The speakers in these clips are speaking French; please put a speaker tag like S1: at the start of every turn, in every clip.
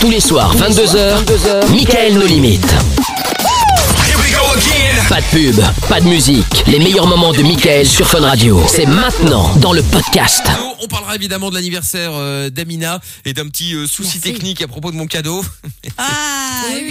S1: Tous les soirs, 22h, Michael nos limites. Pas de pub, pas de musique. Les meilleurs moments de Michael sur Fun Radio. C'est maintenant dans le podcast.
S2: On parlera évidemment de l'anniversaire euh, d'Amina et d'un petit euh, souci technique à propos de mon cadeau.
S3: Ah,
S4: Eh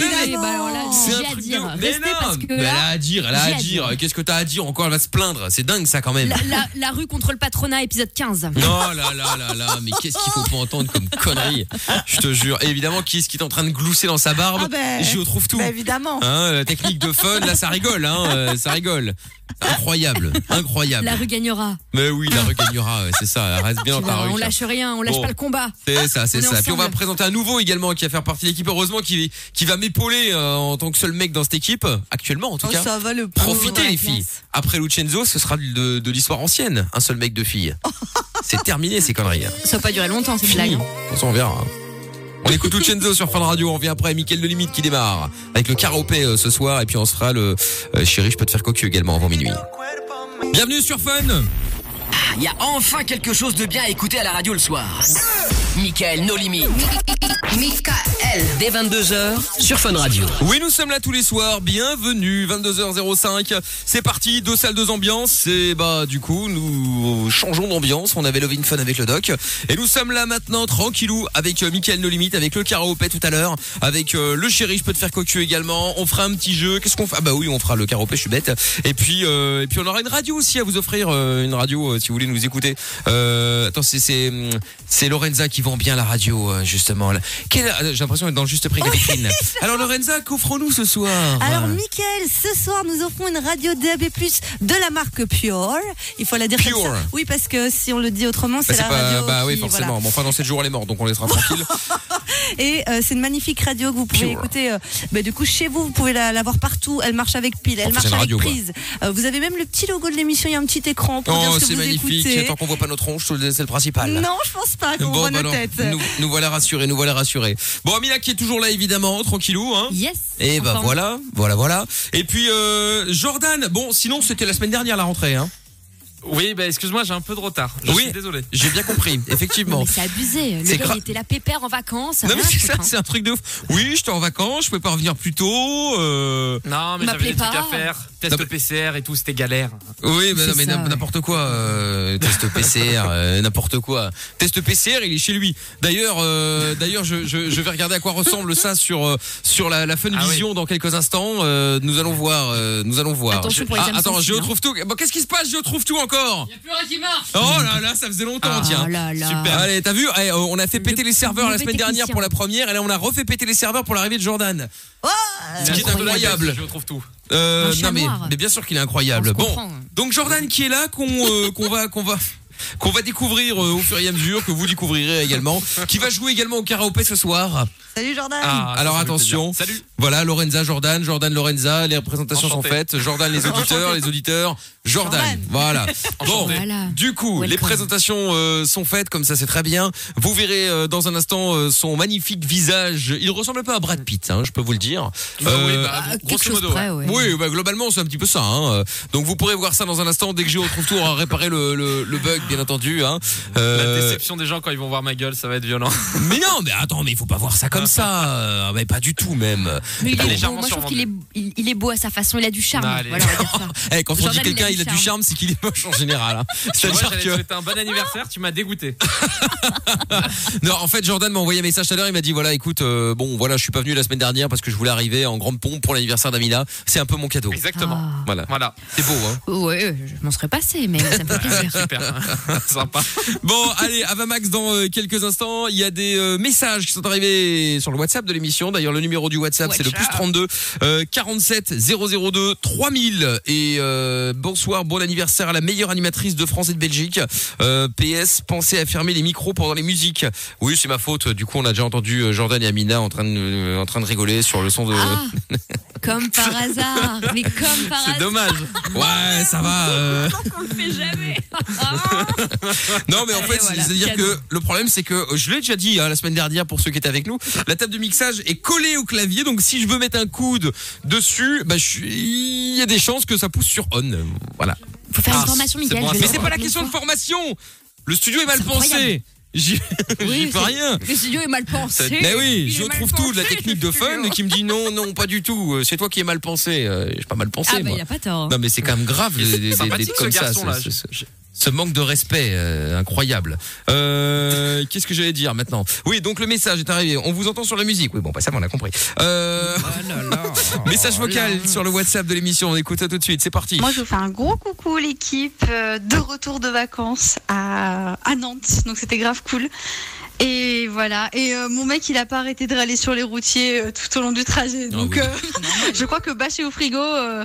S4: bah,
S3: évidemment.
S2: C'est un truc de ouf. Mais
S4: hein. Restez
S2: non,
S4: parce que
S2: mais elle a
S4: là,
S2: à dire, elle a à
S4: j'ai à
S2: dire. Qu'est-ce que t'as à dire encore Elle va se plaindre. C'est dingue ça quand même.
S4: la, la- la rue contre le patronat, épisode 15.
S2: Non, là, là, là, là, mais qu'est-ce qu'il faut pas entendre comme connerie Je te jure. Et évidemment, qui est-ce qui est en train de glousser dans sa barbe
S3: Ah ben,
S2: J'y retrouve tout.
S3: Bah, évidemment.
S2: Hein, euh, technique de fun, là, ça rigole, hein, euh, ça rigole. Incroyable, incroyable.
S4: La rue gagnera.
S2: Mais oui, la rue gagnera, ouais, c'est ça, elle reste bien
S4: Tu
S2: dans ta hein.
S4: vois,
S2: rue.
S4: on
S2: ça.
S4: lâche rien, on lâche
S2: Bon.
S4: pas le combat.
S2: C'est ça, c'est
S4: On est
S2: ça. Puis on va
S4: ensemble.
S2: présenter un nouveau également qui va faire partie de l'équipe. Heureusement, qui, qui va m'épauler euh, en tant que seul mec dans cette équipe, actuellement en tout
S3: Oh,
S2: cas.
S3: ça va le pauvre.
S2: Profitez les filles. Après Lucenzo, ce sera de, de l'histoire ancienne. Un seul mec de filles. C'est terminé ces conneries.
S4: Ça va pas durer longtemps, cette
S2: Fini.
S4: blague.
S2: De toute façon, on verra. hein. On écoute Lucenzo sur Fun Radio. On revient après Mickaël de Limite qui démarre avec le karaopé euh, ce soir et puis on se fera le euh, chéri, je peux te faire cocu également avant minuit. Bienvenue sur Fun.
S1: Il y a enfin quelque chose de bien à écouter à la radio le soir. Michael nos limites. Michael. Dès 22h sur Fun Radio.
S2: Oui, nous sommes là tous les soirs. Bienvenue, 22h05. C'est parti, deux salles, deux ambiances. Et bah, du coup, nous changeons d'ambiance. On avait Love in Fun avec le doc. Et nous sommes là maintenant, tranquillou, avec euh, Mickaël No Limite, avec le karaopé tout à l'heure, avec euh, le chéri, je peux te faire cocu également. On fera un petit jeu. Qu'est-ce qu'on fait Ah bah oui, on fera le karaopé, je suis bête. Et puis, euh, et puis on aura une radio aussi à vous offrir. euh, une radio, euh, si vous voulez nous écouter. Euh, attends, c'est, c'est, hum, c'est Lorenza qui vend bien la radio, euh, justement. là. Quelle- ah, J'ai l'impression d'être dans le juste prix de la vitrine. Alors Lorenza, qu'offrons-nous ce soir Bah,
S3: Alors, Mickaël, ce soir, nous offrons une radio DAB+, de la marque Pure. Il faut la dire
S2: Pure.
S3: comme ça. Oui, parce que si on le dit autrement,
S2: Bah,
S3: c'est
S2: c'est
S3: la
S2: pas-
S3: radio
S2: bah oui,
S3: qui-
S2: forcément.
S3: voilà.
S2: Bon, enfin, dans 7 jours, elle est morte, donc on laissera tranquille.
S3: Et euh, c'est une magnifique radio que vous pouvez
S2: Pure.
S3: écouter. euh, bah, du coup, chez vous, vous pouvez la, la voir partout. Elle marche avec pile, elle
S2: Enfin,
S3: marche
S2: c'est une
S3: avec
S2: radio, quoi.
S3: prise. Euh, vous avez même le petit logo de l'émission. Il y a un petit écran pour
S2: Oh,
S3: dire ce que
S2: c'est
S3: vous
S2: magnifique.
S3: écoutez.
S2: Tant qu'on voit pas notre tronche, c'est le principal.
S3: Non, je pense pas qu'on
S2: Bon,
S3: voit
S2: bah
S3: nos
S2: non.
S3: têtes.
S2: Nous, nous voilà rassurés, nous voilà rassurés. Bon, Amina qui est toujours là, évidemment, tranquillou, hein.
S4: Yes.
S2: Et bah
S4: Enfin.
S2: voilà, voilà, voilà. Et puis euh, Jordan, bon, sinon c'était la semaine dernière la rentrée, hein.
S5: Oui, bah excuse-moi, j'ai un peu de retard. Je
S2: Oui.
S5: suis désolé.
S2: J'ai bien compris,
S4: Non,
S2: effectivement.
S4: mais c'est abusé.
S2: C'est
S4: Le gars,
S2: gra-
S4: il était là pépère en vacances.
S2: Non
S4: rien,
S2: mais c'est
S4: je
S2: ça,
S4: comprends.
S2: c'est un truc de ouf. Oui, j'étais en vacances, je pouvais pas revenir plus tôt. euh,
S5: Non, mais
S4: M'appelez
S5: j'avais des trucs
S4: pas.
S5: à faire. Test
S2: Non, mais-
S5: PCR et tout, c'était galère.
S2: Oui, bah,
S4: C'est
S2: non, mais
S4: ça,
S2: n'im-
S4: ouais.
S2: n'importe quoi. euh, test PCR, euh, n'importe quoi. Test PCR, il est chez lui. D'ailleurs, euh, d'ailleurs, je, je, je vais regarder à quoi ressemble ça sur euh, sur la, la Fun
S5: Ah oui.
S2: Vision dans quelques instants. Euh, nous allons voir. euh, nous allons voir.
S4: Attention
S2: Je-
S4: pour les hein.
S2: Ah,
S4: âmes
S2: attends, je
S4: sensibles,
S2: retrouve tout. Bon, qu'est-ce qui se passe Je retrouve tout encore.
S5: Y'a plus rien qui marche.
S2: Oh là là, ça faisait longtemps,
S4: Ah
S2: tiens.
S4: là là.
S2: hein. Super. Allez, t'as vu Eh, euh, On a fait péter les serveurs la
S4: mauvais
S2: semaine dernière
S4: technicien.
S2: pour la première, et là on a refait péter les serveurs pour l'arrivée de Jordan.
S4: Oh.
S2: Ce qui est incroyable.
S5: Je retrouve tout.
S2: Euh,
S4: Un chien
S2: non mais,
S4: noir.
S2: mais bien sûr qu'il est
S4: On
S2: incroyable.
S4: se
S2: Bon,
S4: comprend. hein.
S2: donc Jordan qui est là qu'on euh, qu'on va qu'on va qu'on va découvrir euh, au fur et à mesure que vous découvrirez également, qui va jouer également au karaopé ce soir.
S3: Salut Jordan.
S5: Ah,
S2: Alors
S5: ça fait
S2: attention.
S5: plaisir. Salut.
S2: Voilà Lorenza Jordan, Jordan Lorenza, les représentations
S5: Enchanté.
S2: sont faites, Jordan les auditeurs, les auditeurs, Jordan.
S3: Jordan.
S2: Voilà. Bon,
S5: Enchanté.
S4: Voilà.
S2: du coup, les
S4: Welcome.
S2: présentations euh, sont faites comme ça, c'est très bien. Vous verrez euh, dans un instant euh, son magnifique visage. Il ressemble un peu à Brad Pitt, hein, je peux vous le dire.
S5: oui,
S2: Euh,
S5: bah,
S4: Ah,
S5: grosso
S4: quelque chose
S5: modo,
S4: près,
S5: ouais.
S4: ouais.
S2: oui, bah, globalement, c'est un petit peu ça. hein. Euh, Donc vous pourrez voir ça dans un instant dès que j'ai retrouve tout à réparer le, le- le bug, bien entendu. hein.
S5: La
S2: Euh,
S5: déception des gens quand ils vont voir ma gueule, ça va être violent.
S2: mais non, mais attends, mais il faut pas voir ça
S5: Ah.
S2: comme ça. euh, mais pas du tout même.
S4: Mais il
S5: Bah,
S4: est beau.
S5: légèrement
S4: Moi, je trouve
S5: survendu.
S4: qu'il est, il, il est beau à sa façon. Il a du charme.
S5: Non, allez.
S4: Voilà, on va dire ça.
S2: Eh, quand on
S4: Jordan,
S2: dit
S4: il a
S2: quelqu'un,
S4: du
S2: il a du
S4: charme.
S2: charme, c'est qu'il est moche en général. hein.
S5: Tu vois,
S2: C'est-à-dire
S5: j'allais te
S2: que
S5: souhaiter un bon anniversaire, tu m'as dégoûté.
S2: non, en fait, Jordan m'a envoyé un message tout à l'heure. Il m'a dit voilà, écoute, euh, bon, voilà, je suis pas venu la semaine dernière parce que je voulais arriver en grande pompe pour l'anniversaire d'Amina. C'est un peu mon cadeau.
S5: Exactement.
S4: Ah.
S2: Voilà,
S5: Voilà,
S2: c'est beau. Hein.
S4: Ouais, je m'en serais passé, mais ça me fait plaisir.
S5: super. Sympa.
S2: Bon, allez, Avamax dans euh, quelques instants. Il y a des euh, messages qui sont arrivés sur le WhatsApp de l'émission. D'ailleurs, le numéro du WhatsApp, c'est le plus 32 euh, 47 002 3000. Et euh, bonsoir, bon anniversaire à la meilleure animatrice de France et de Belgique. Euh, PS, pensez à fermer les micros pendant les musiques. Oui, c'est ma faute. Du coup, on a déjà entendu euh, Jordan et Amina en train de, euh, en train de rigoler sur le son de...
S4: Ah, comme par hasard. Mais comme par
S5: C'est
S4: hasard.
S5: dommage.
S2: Ouais, ça va. euh.
S4: On le fait jamais.
S2: Non, mais en fait,
S4: Et Eh voilà,
S2: c'est-à-dire
S4: cadeau.
S2: que le problème, c'est que je l'ai déjà dit hein, la semaine dernière pour ceux qui étaient avec nous, la table de mixage est collée au clavier, donc si je veux mettre un coude dessus, bah, je suis- il y a des chances que ça pousse sur on. euh, Voilà.
S4: Faut faire
S5: Ah,
S4: une formation,
S5: c'est
S4: Miguel.
S5: bon à
S4: je vais
S2: Mais
S5: savoir.
S2: c'est
S4: le
S2: pas la
S4: faire.
S2: question de formation. Le studio est mal
S4: C'est
S2: pensé.
S4: incroyable.
S2: J'y j'y
S4: Oui,
S2: peux
S4: c'est-
S2: rien.
S4: Le studio est mal pensé.
S2: Mais oui,
S4: Il
S2: je
S4: est mal
S2: trouve tout de la
S4: pensé,
S2: technique
S4: ce
S2: de fun
S4: studio.
S2: qui me dit non, non, pas du tout. euh, C'est toi qui es mal pensé. Euh, J'ai pas mal pensé,
S4: Ah bah
S2: moi.
S4: il a pas tort.
S2: Non, mais c'est quand même grave
S5: Il est
S2: d'être d'être
S5: sympathique,
S2: comme
S5: ce
S2: ça.
S5: garçon, là.
S2: ce- ce- ce- ce manque de respect euh, incroyable. Euh, Qu'est-ce que j'allais dire maintenant Oui, donc le message est arrivé. On vous entend sur la musique. Oui, bon, pas ça, mais on a compris. Euh, message vocal sur le WhatsApp de l'émission. On écoute ça tout de suite. C'est parti.
S6: Moi, je vous fais un gros coucou, l'équipe euh, de retour de vacances à, à Nantes. Donc, c'était grave cool. Et voilà. Et euh, mon mec, il a pas arrêté de râler sur les routiers euh, tout au long du trajet.
S2: Ah
S6: Donc,
S2: oui.
S6: euh, je crois que bâcher au frigo. euh,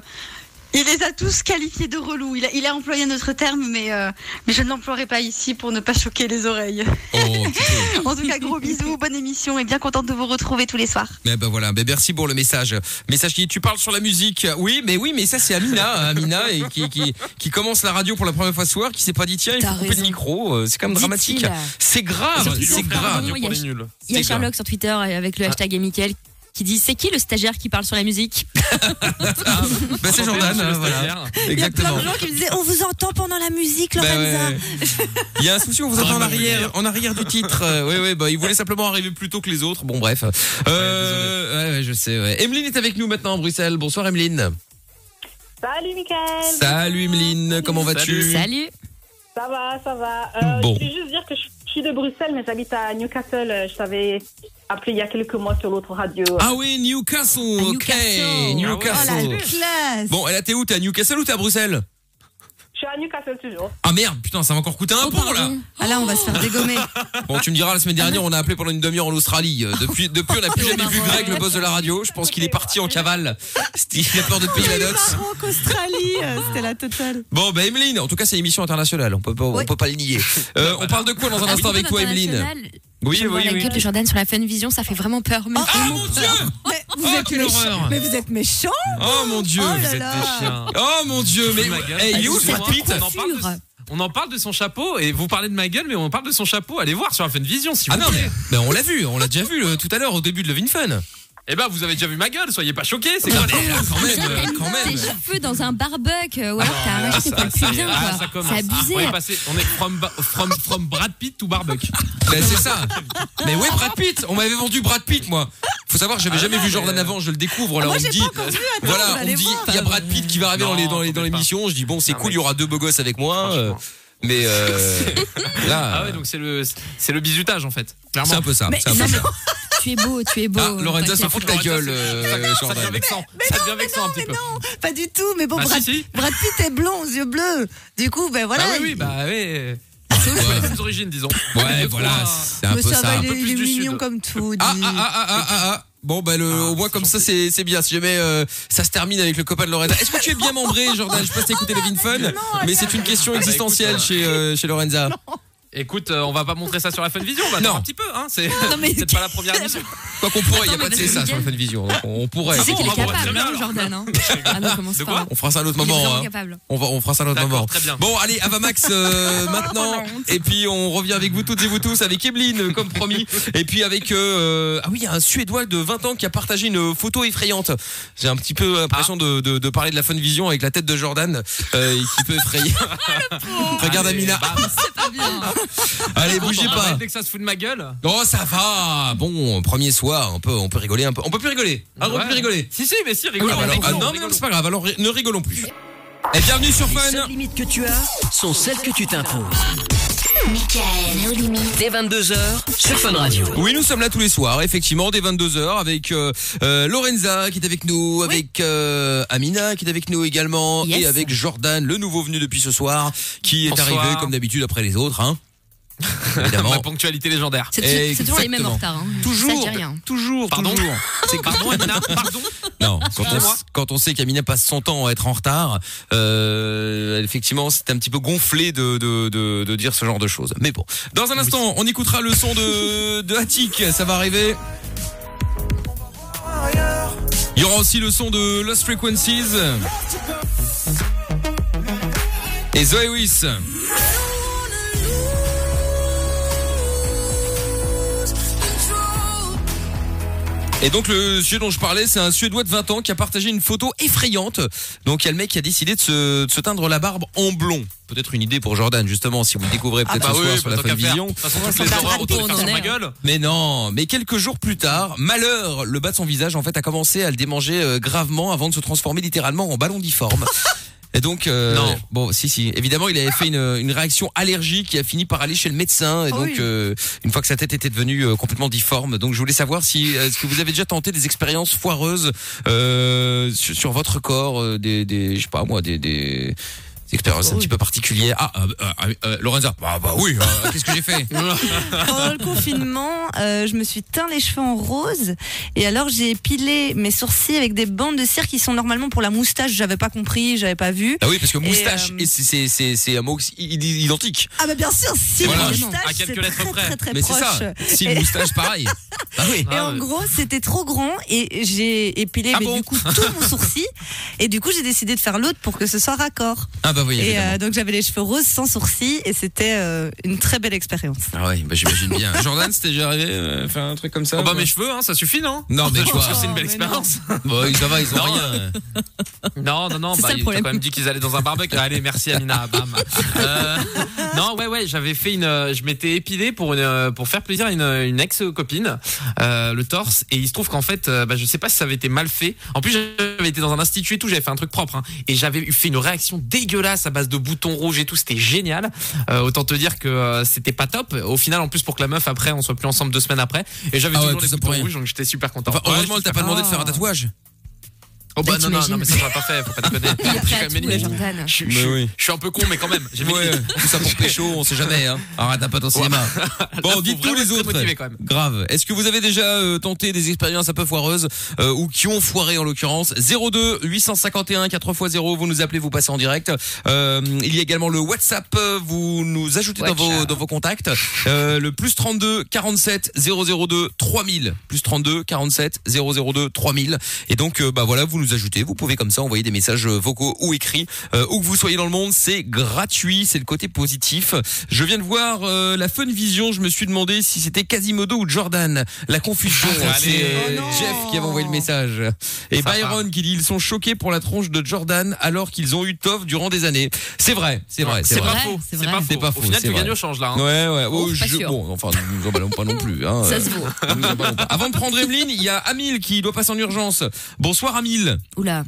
S6: il les a tous qualifiés de relous. Il a, il a employé notre terme, mais, euh, mais je ne l'emploierai pas ici pour ne pas choquer les oreilles.
S2: Oh, putain.
S6: En tout cas, gros bisous, bonne émission et bien contente de vous retrouver tous les soirs.
S2: Mais ben voilà, ben merci pour le message. Message qui dit, tu parles sur la musique. Oui, mais oui, mais ça c'est Amina, hein, Amina et qui, qui qui commence la radio pour la première fois ce soir, qui s'est pas dit tiens, il faut
S4: T'as
S2: couper le
S4: raison.
S2: micro, euh, c'est quand même dramatique.
S4: Dit-il.
S2: C'est
S4: Surtout
S2: grave,
S4: qu'ils
S2: c'est
S4: ont fait un
S2: grave.
S4: moment, il y a-
S5: nuls.
S4: Il y a
S2: C'est
S4: Sherlock sur Twitter avec le hashtag Mickaël qui dit c'est qui le stagiaire qui parle sur la musique
S2: Ah, ben c'est Jordan, hein, voilà.
S3: Il y a plein
S2: Exactement.
S3: de gens qui me disaient On vous entend pendant la musique,
S2: Ben
S3: Lorenza.
S2: ouais. Il y a un souci, on vous entend en
S5: Vraiment,
S2: arrière, en arrière du titre. Euh, oui, oui, bah, il voulait simplement arriver plus tôt que les autres. Bon, bref. Euh, ouais, ouais, je sais. Ouais. Emeline est avec nous maintenant en Bruxelles. Bonsoir, Emeline.
S7: Salut Mickaël
S2: Salut, Emeline. Comment vas-tu
S4: Salut
S7: Ça va, ça va.
S8: Mm,
S7: Euh,
S2: Bon.
S7: Je voulais juste dire que je suis de Bruxelles, mais j'habite à Newcastle. Euh, Je t'avais appelé il y a quelques mois sur l'autre radio.
S2: Ah oui, Newcastle. Ok,
S4: Newcastle.
S2: Newcastle.
S3: Oh la classe
S2: Bon, et là, t'es où T'es à Newcastle ou t'es à Bruxelles
S7: Je suis à Newcastle toujours.
S2: Ah merde, putain, ça m'a encore coûté un
S4: Oh,
S2: pont là
S4: pardon.
S3: Ah là, on va se faire dégommer.
S2: Bon, tu me diras, la
S3: Ah,
S2: semaine dernière, on a appelé pendant une demi-heure en Australie. Euh, Depuis, depuis on n'a plus jamais vu Greg, le boss de la radio. Je pense qu'il est parti en cavale. C'était- Il a peur de payer la note.
S3: Maroc, Australie, euh, c'était la totale.
S2: Bon, bah Emeline, en tout cas, c'est une émission internationale. On peut pas, on
S3: Oui.
S2: peut pas le nier. Euh, on parle de quoi dans un instant avec toi, Emeline
S4: International,
S2: Oui,
S4: je vois la gueule de Jordan sur la Fun Vision, ça fait vraiment peur. Mais
S2: Ah mon dieu
S3: Mais vous
S2: Oh,
S3: êtes
S2: quelle horreur.
S3: méchant. Mais vous êtes méchant.
S2: Oh mon dieu
S3: Oh
S5: Vous
S3: là
S5: êtes des
S3: là.
S5: chiens.
S2: Oh mon dieu Mais
S5: Ma gueule.
S2: Eh, il est où
S5: Excusez-moi,
S2: Brad Pitt
S5: on en parle de-
S4: Coiffure.
S5: On en parle de son chapeau et vous parlez de ma gueule, mais on parle de son chapeau. Allez voir sur la Vision si vous
S2: Ah non,
S5: voulez.
S2: mais ben, on l'a vu, on l'a déjà vu euh, tout à l'heure au début de Love in Fun.
S5: Eh ben, vous avez déjà vu ma gueule, soyez pas choqués. C'est Ah, quand
S2: Eh, là, quand même, euh,
S4: Jordan,
S2: quand
S4: tes
S2: même.
S4: cheveux dans un barbuck euh, ou alors t'as
S5: Ah,
S4: arraché tes poils pubiens
S5: ah,
S4: quoi.
S5: ça commence.
S4: C'est abusé.
S5: On est passé, on est from, ba- from, from Brad Pitt to Barbuck.
S2: Ben, c'est ça. Mais ouais, Brad Pitt. On m'avait vendu Brad Pitt, moi. Faut savoir, j'avais
S5: Ah
S2: jamais vu Jordan avant. Je le découvre. Là,
S3: Ah, moi,
S2: on me
S3: j'ai
S2: dit,
S3: pas encore vu, attends,
S2: voilà,
S3: vous
S2: on me
S3: allez
S2: dit,
S3: voir.
S2: il y a Brad Pitt qui va arriver dans les dans les dans
S5: Non,
S2: l'émission. Je dis bon, c'est
S5: Non,
S2: cool,
S5: mais-
S2: il y aura deux beaux gosses avec moi. euh, Mais euh,
S5: Ah
S2: là,
S5: ouais, donc c'est le, c'est le bizutage en fait. Clairement.
S2: c'est un peu ça.
S4: Mais
S2: C'est un peu
S4: non,
S2: ça.
S4: Tu es beau, tu es beau.
S2: Ah, Lorenza se
S4: t'inquiète.
S2: fout de ta gueule, euh,
S5: ça devient
S2: Jordan.
S5: vexant. Ça devient vexant un petit peu.
S3: Pas du tout, mais bon,
S5: Bah,
S3: Brad,
S5: si, si.
S3: Brad Pitt est blond aux yeux bleus. Du coup, ben
S5: Bah
S3: voilà.
S5: oui, oui,
S3: il-
S5: bah oui.
S2: Ouais.
S5: Les origines, disons.
S2: Ouais,
S5: Des
S2: voilà,
S5: fois,
S2: c'est un
S3: Mais
S2: peu
S3: ça va,
S2: ça.
S3: il est-
S5: peu plus
S3: il est
S5: du
S3: mignon
S5: sud.
S3: comme tout.
S2: Ah,
S3: dis.
S2: ah, ah, ah, ah, ah, ah. Bon, bah, le, au moins, comme ça, c'est, c'est bien. Si jamais euh, ça se termine avec le copain de Lorenza. Est-ce que tu es bien membré, Jordan Je sais pas si t'as écouté Levin Fun, mais c'est une question
S4: Ah, bah,
S5: écoute,
S2: existentielle
S5: euh,
S2: chez, euh, chez Lorenza.
S5: Écoute, euh, on va pas montrer ça sur la Fun Vision, on va
S2: Non.
S5: attendre un petit peu, hein. C'est
S3: mais-
S5: peut-être pas la première émission.
S2: Quoi qu'on pourrait, il n'y a
S4: Attends,
S2: pas de ça
S4: mais vas-y,
S2: sur la
S4: Mickaël.
S2: fin de vision. Donc on, on pourrait.
S4: Tu
S5: Ah
S4: sais
S5: bon,
S4: qu'il est
S5: bravo, très
S4: capable,
S5: bien,
S4: non,
S5: alors.
S4: Jordan hein. Ah non, commence
S5: De
S4: pas.
S5: quoi
S2: On fera ça à un autre
S4: Il est
S2: moment.
S4: vraiment
S2: hein.
S4: capable.
S2: On, va, on fera ça à un autre
S5: D'accord,
S2: moment.
S5: très bien.
S2: Bon, allez, Avamax euh, maintenant. Et puis, on revient avec vous toutes et vous tous, avec Emeline, euh, comme promis. Et puis, avec. euh, ah oui, il y a un Suédois de 20 ans qui a partagé une photo effrayante. J'ai un petit peu l'impression
S5: Ah.
S2: de, de, de parler de la fun vision avec la tête de Jordan euh, et qui peut effrayer.
S4: Ah,
S2: Regarde
S5: Allez,
S2: Amina.
S5: bam.
S4: Pas bien.
S2: Allez, bougez
S5: Attends, arrête
S2: pas.
S5: Dès que ça se fout de ma gueule.
S2: Oh, ça va. Bon, premier soir, on peut, on peut rigoler un peu. On peut plus rigoler. Ah, on peut plus
S5: Ouais.
S2: rigoler.
S5: Si, si, mais si,
S2: Ah,
S5: rigole.
S2: alors, ah, non, mais non, c'est pas grave, alors ri- ne rigolons plus. Et bienvenue sur
S1: Les
S2: Fun
S1: seules limites que tu as sont celles que tu t'imposes. Dès 22h sur Fun Radio.
S2: Oui, nous sommes là tous les soirs, effectivement, dès 22h, avec euh, euh, Lorenza qui est avec nous, avec euh, Amina qui est avec nous également,
S4: Yes.
S2: et avec Jordan, le nouveau venu depuis ce soir, qui est
S5: Bonsoir. Bah,
S2: arrivé comme d'habitude après les autres, hein. Évidemment.
S5: Ma ponctualité légendaire.
S4: C'est toujours- c'est toujours les mêmes en
S2: Exactement.
S4: retard. hein. Ça, je
S2: Toujours,
S4: dis rien.
S2: toujours,
S5: Pardon
S2: toujours.
S5: C'est pardon, Amina, pardon.
S2: Non, quand on,
S5: Excusez-moi.
S2: quand on sait qu'Amina passe son temps à être en retard, euh, effectivement, c'est un petit peu gonflé de, de, de, de dire ce genre de choses. Mais bon, dans un instant, on écoutera le son de, de Attic, ça va arriver. Il y aura aussi le son de Lost Frequencies. Et Zoé Wiss. Et donc le sujet dont je parlais, c'est un Suédois de 20 ans qui a partagé une photo effrayante. Donc il y a le mec qui a décidé de se, de se teindre la barbe en blond. Peut-être une idée pour Jordan, justement, si vous le découvrez peut-être
S5: bah
S2: ce
S5: oui,
S2: soir
S5: bah
S2: sur la
S5: tant qu'à
S2: Fun
S5: faire.
S2: Vision.
S5: De toute façon, toutes les horreurs, autant les faire sur ma gueule.
S2: Mais non, mais quelques jours plus tard, malheur, le bas de son visage en fait a commencé à le démanger euh, gravement avant de se transformer littéralement en ballon difforme. Et donc, euh,
S5: Non.
S2: bon, si, si. Évidemment, il avait fait une, une réaction allergique qui a fini par aller chez le médecin. Et
S3: Ah
S2: donc,
S3: oui.
S2: euh, une fois que sa tête était devenue euh, complètement difforme, donc je voulais savoir si euh, est-ce que vous avez déjà tenté des expériences foireuses euh, sur, sur votre corps, euh, des, des, je sais pas moi, des, des des expériences
S3: bah
S2: un petit peu particulières. Ah, euh, euh, euh, Lorenza, bah, bah oui. euh, Qu'est-ce que j'ai fait
S3: Pendant le confinement, euh, je me suis teint les cheveux en rose et alors j'ai pilé mes sourcils avec des bandes de cire qui sont normalement pour la moustache. J'avais pas compris, j'avais pas vu.
S2: Ah oui, parce que moustache,
S3: euh,
S2: et c'est- c'est c'est- c'est un mot i- i- identique.
S3: Ah bah bien sûr, si
S2: Voilà.
S3: la moustache,
S5: À
S3: c'est
S5: quelques
S3: très,
S5: lettres
S3: très
S5: près.
S3: très très
S2: Mais c'est
S3: proche.
S2: ça. Si
S3: Et-
S2: moustache, pareil. Bah oui.
S3: Et
S5: Ah,
S3: en
S5: ouais.
S3: gros, c'était trop grand et j'ai épilé
S2: Ah
S3: mais
S2: bon
S3: du coup tout mon sourcil et du coup j'ai décidé de faire l'autre pour que ce soit raccord.
S2: Ah bah oui.
S3: Et
S2: évidemment.
S3: euh, donc j'avais les cheveux roses sans sourcils et c'était euh, une très belle expérience.
S2: Ah ouais, bah j'imagine bien. Jordan, c'était déjà arrivé euh, faire un truc comme ça
S5: Oh bah
S2: ou
S5: mes cheveux, hein, ça suffit, non
S2: Non, Ah, mais
S5: je
S2: tu
S5: pense
S2: vois.
S5: que c'est une belle
S3: Oh, mais non.
S5: expérience.
S2: pas Bah oui, ça va, ils ont
S5: Non.
S2: rien.
S5: Non, non, non,
S4: C'est
S5: bah,
S4: ça le
S5: ils ont
S4: problème.
S5: quand même dit qu'ils allaient dans un barbecue. Allez, merci Amina, bam. Euh, non, ouais, ouais, j'avais fait une. euh, Je m'étais épilé pour, une, euh, pour faire plaisir à une, euh, une ex-copine, euh, le torse, et il se trouve qu'en fait, euh, bah, je sais pas si ça avait été mal fait. En plus, j'avais été dans un institut et tout, j'avais fait un truc propre, hein, et j'avais eu fait une réaction dégueulasse à base de boutons rouges et tout, c'était génial. Euh, autant te dire que euh, c'était pas top. Au final, en plus, pour que la meuf, après, on soit plus ensemble deux semaines après, et j'avais
S2: Ah ouais,
S5: toujours
S2: tout
S5: les
S2: ça pour
S5: boutons
S2: rien.
S5: rouges, donc j'étais super content.
S2: Enfin,
S5: Ouais,
S2: heureusement, elle t'a pas demandé de faire un tatouage.
S5: Oh bah
S4: Là,
S5: non, non,
S4: t'imagines.
S5: non, mais ça j'aurais pas fait, faut pas déconner.
S4: Il a
S5: J'ai
S4: fait
S5: quand
S4: à
S5: même
S4: tout,
S5: mes
S4: euh,
S5: limites.
S4: Jordan.
S5: Je,
S2: Mais
S5: je-
S2: oui.
S5: je suis un peu con, mais quand même. J'ai mes
S2: Ouais,
S5: limites.
S2: tout ça pour pécho, on sait jamais. Hein. Alors, Arrête un peu ton cinéma. Bon,
S5: faut
S2: dites tous
S5: vraiment
S2: les
S5: être très
S2: autres.
S5: motivé, quand même.
S2: Grave. Est-ce que vous avez déjà euh, tenté des expériences un peu foireuses euh, ou qui ont foiré en l'occurrence 02 851 4x0, vous nous appelez, vous passez en direct. Euh, il y a également le WhatsApp, euh, vous nous ajoutez dans vos, dans vos contacts. Euh, le plus 32 47 002 3000. Plus 32 47 002 3000. Et donc, euh, bah voilà, vous nous ajoutez. Vous pouvez comme ça envoyer des messages euh, vocaux ou écrits. Euh, où que vous soyez dans le monde, c'est gratuit. C'est le côté positif. Je viens de voir euh, la Fun Vision. Je me suis demandé si c'était Quasimodo ou Jordan. La confusion.
S5: Allez.
S2: c'est euh,
S5: Oh
S3: non.
S2: Jeff qui avait envoyé le message. Et
S5: Sympa.
S2: Byron qui dit ils sont choqués pour la tronche de Jordan alors qu'ils ont eu Toff durant des années. C'est vrai. C'est vrai.
S5: C'est pas
S4: vrai,
S5: faux.
S4: c'est
S5: C'est
S4: vrai.
S5: pas
S2: C'est
S5: faux.
S2: pas
S5: Au
S2: faux,
S5: final,
S2: c'est
S5: tu
S2: vrai.
S5: gagnes au change là. hein.
S2: Ouais, ouais. Oh,
S4: Ouf, pas
S2: je-
S4: sûr.
S2: bon, enfin, nous emballons pas non plus. Hein,
S4: Ça
S2: Euh,
S4: se vaut.
S2: nous emballons pas. Avant de prendre Emeline, il y a Amil qui doit passer en urgence. Bonsoir Amil.
S4: Oula.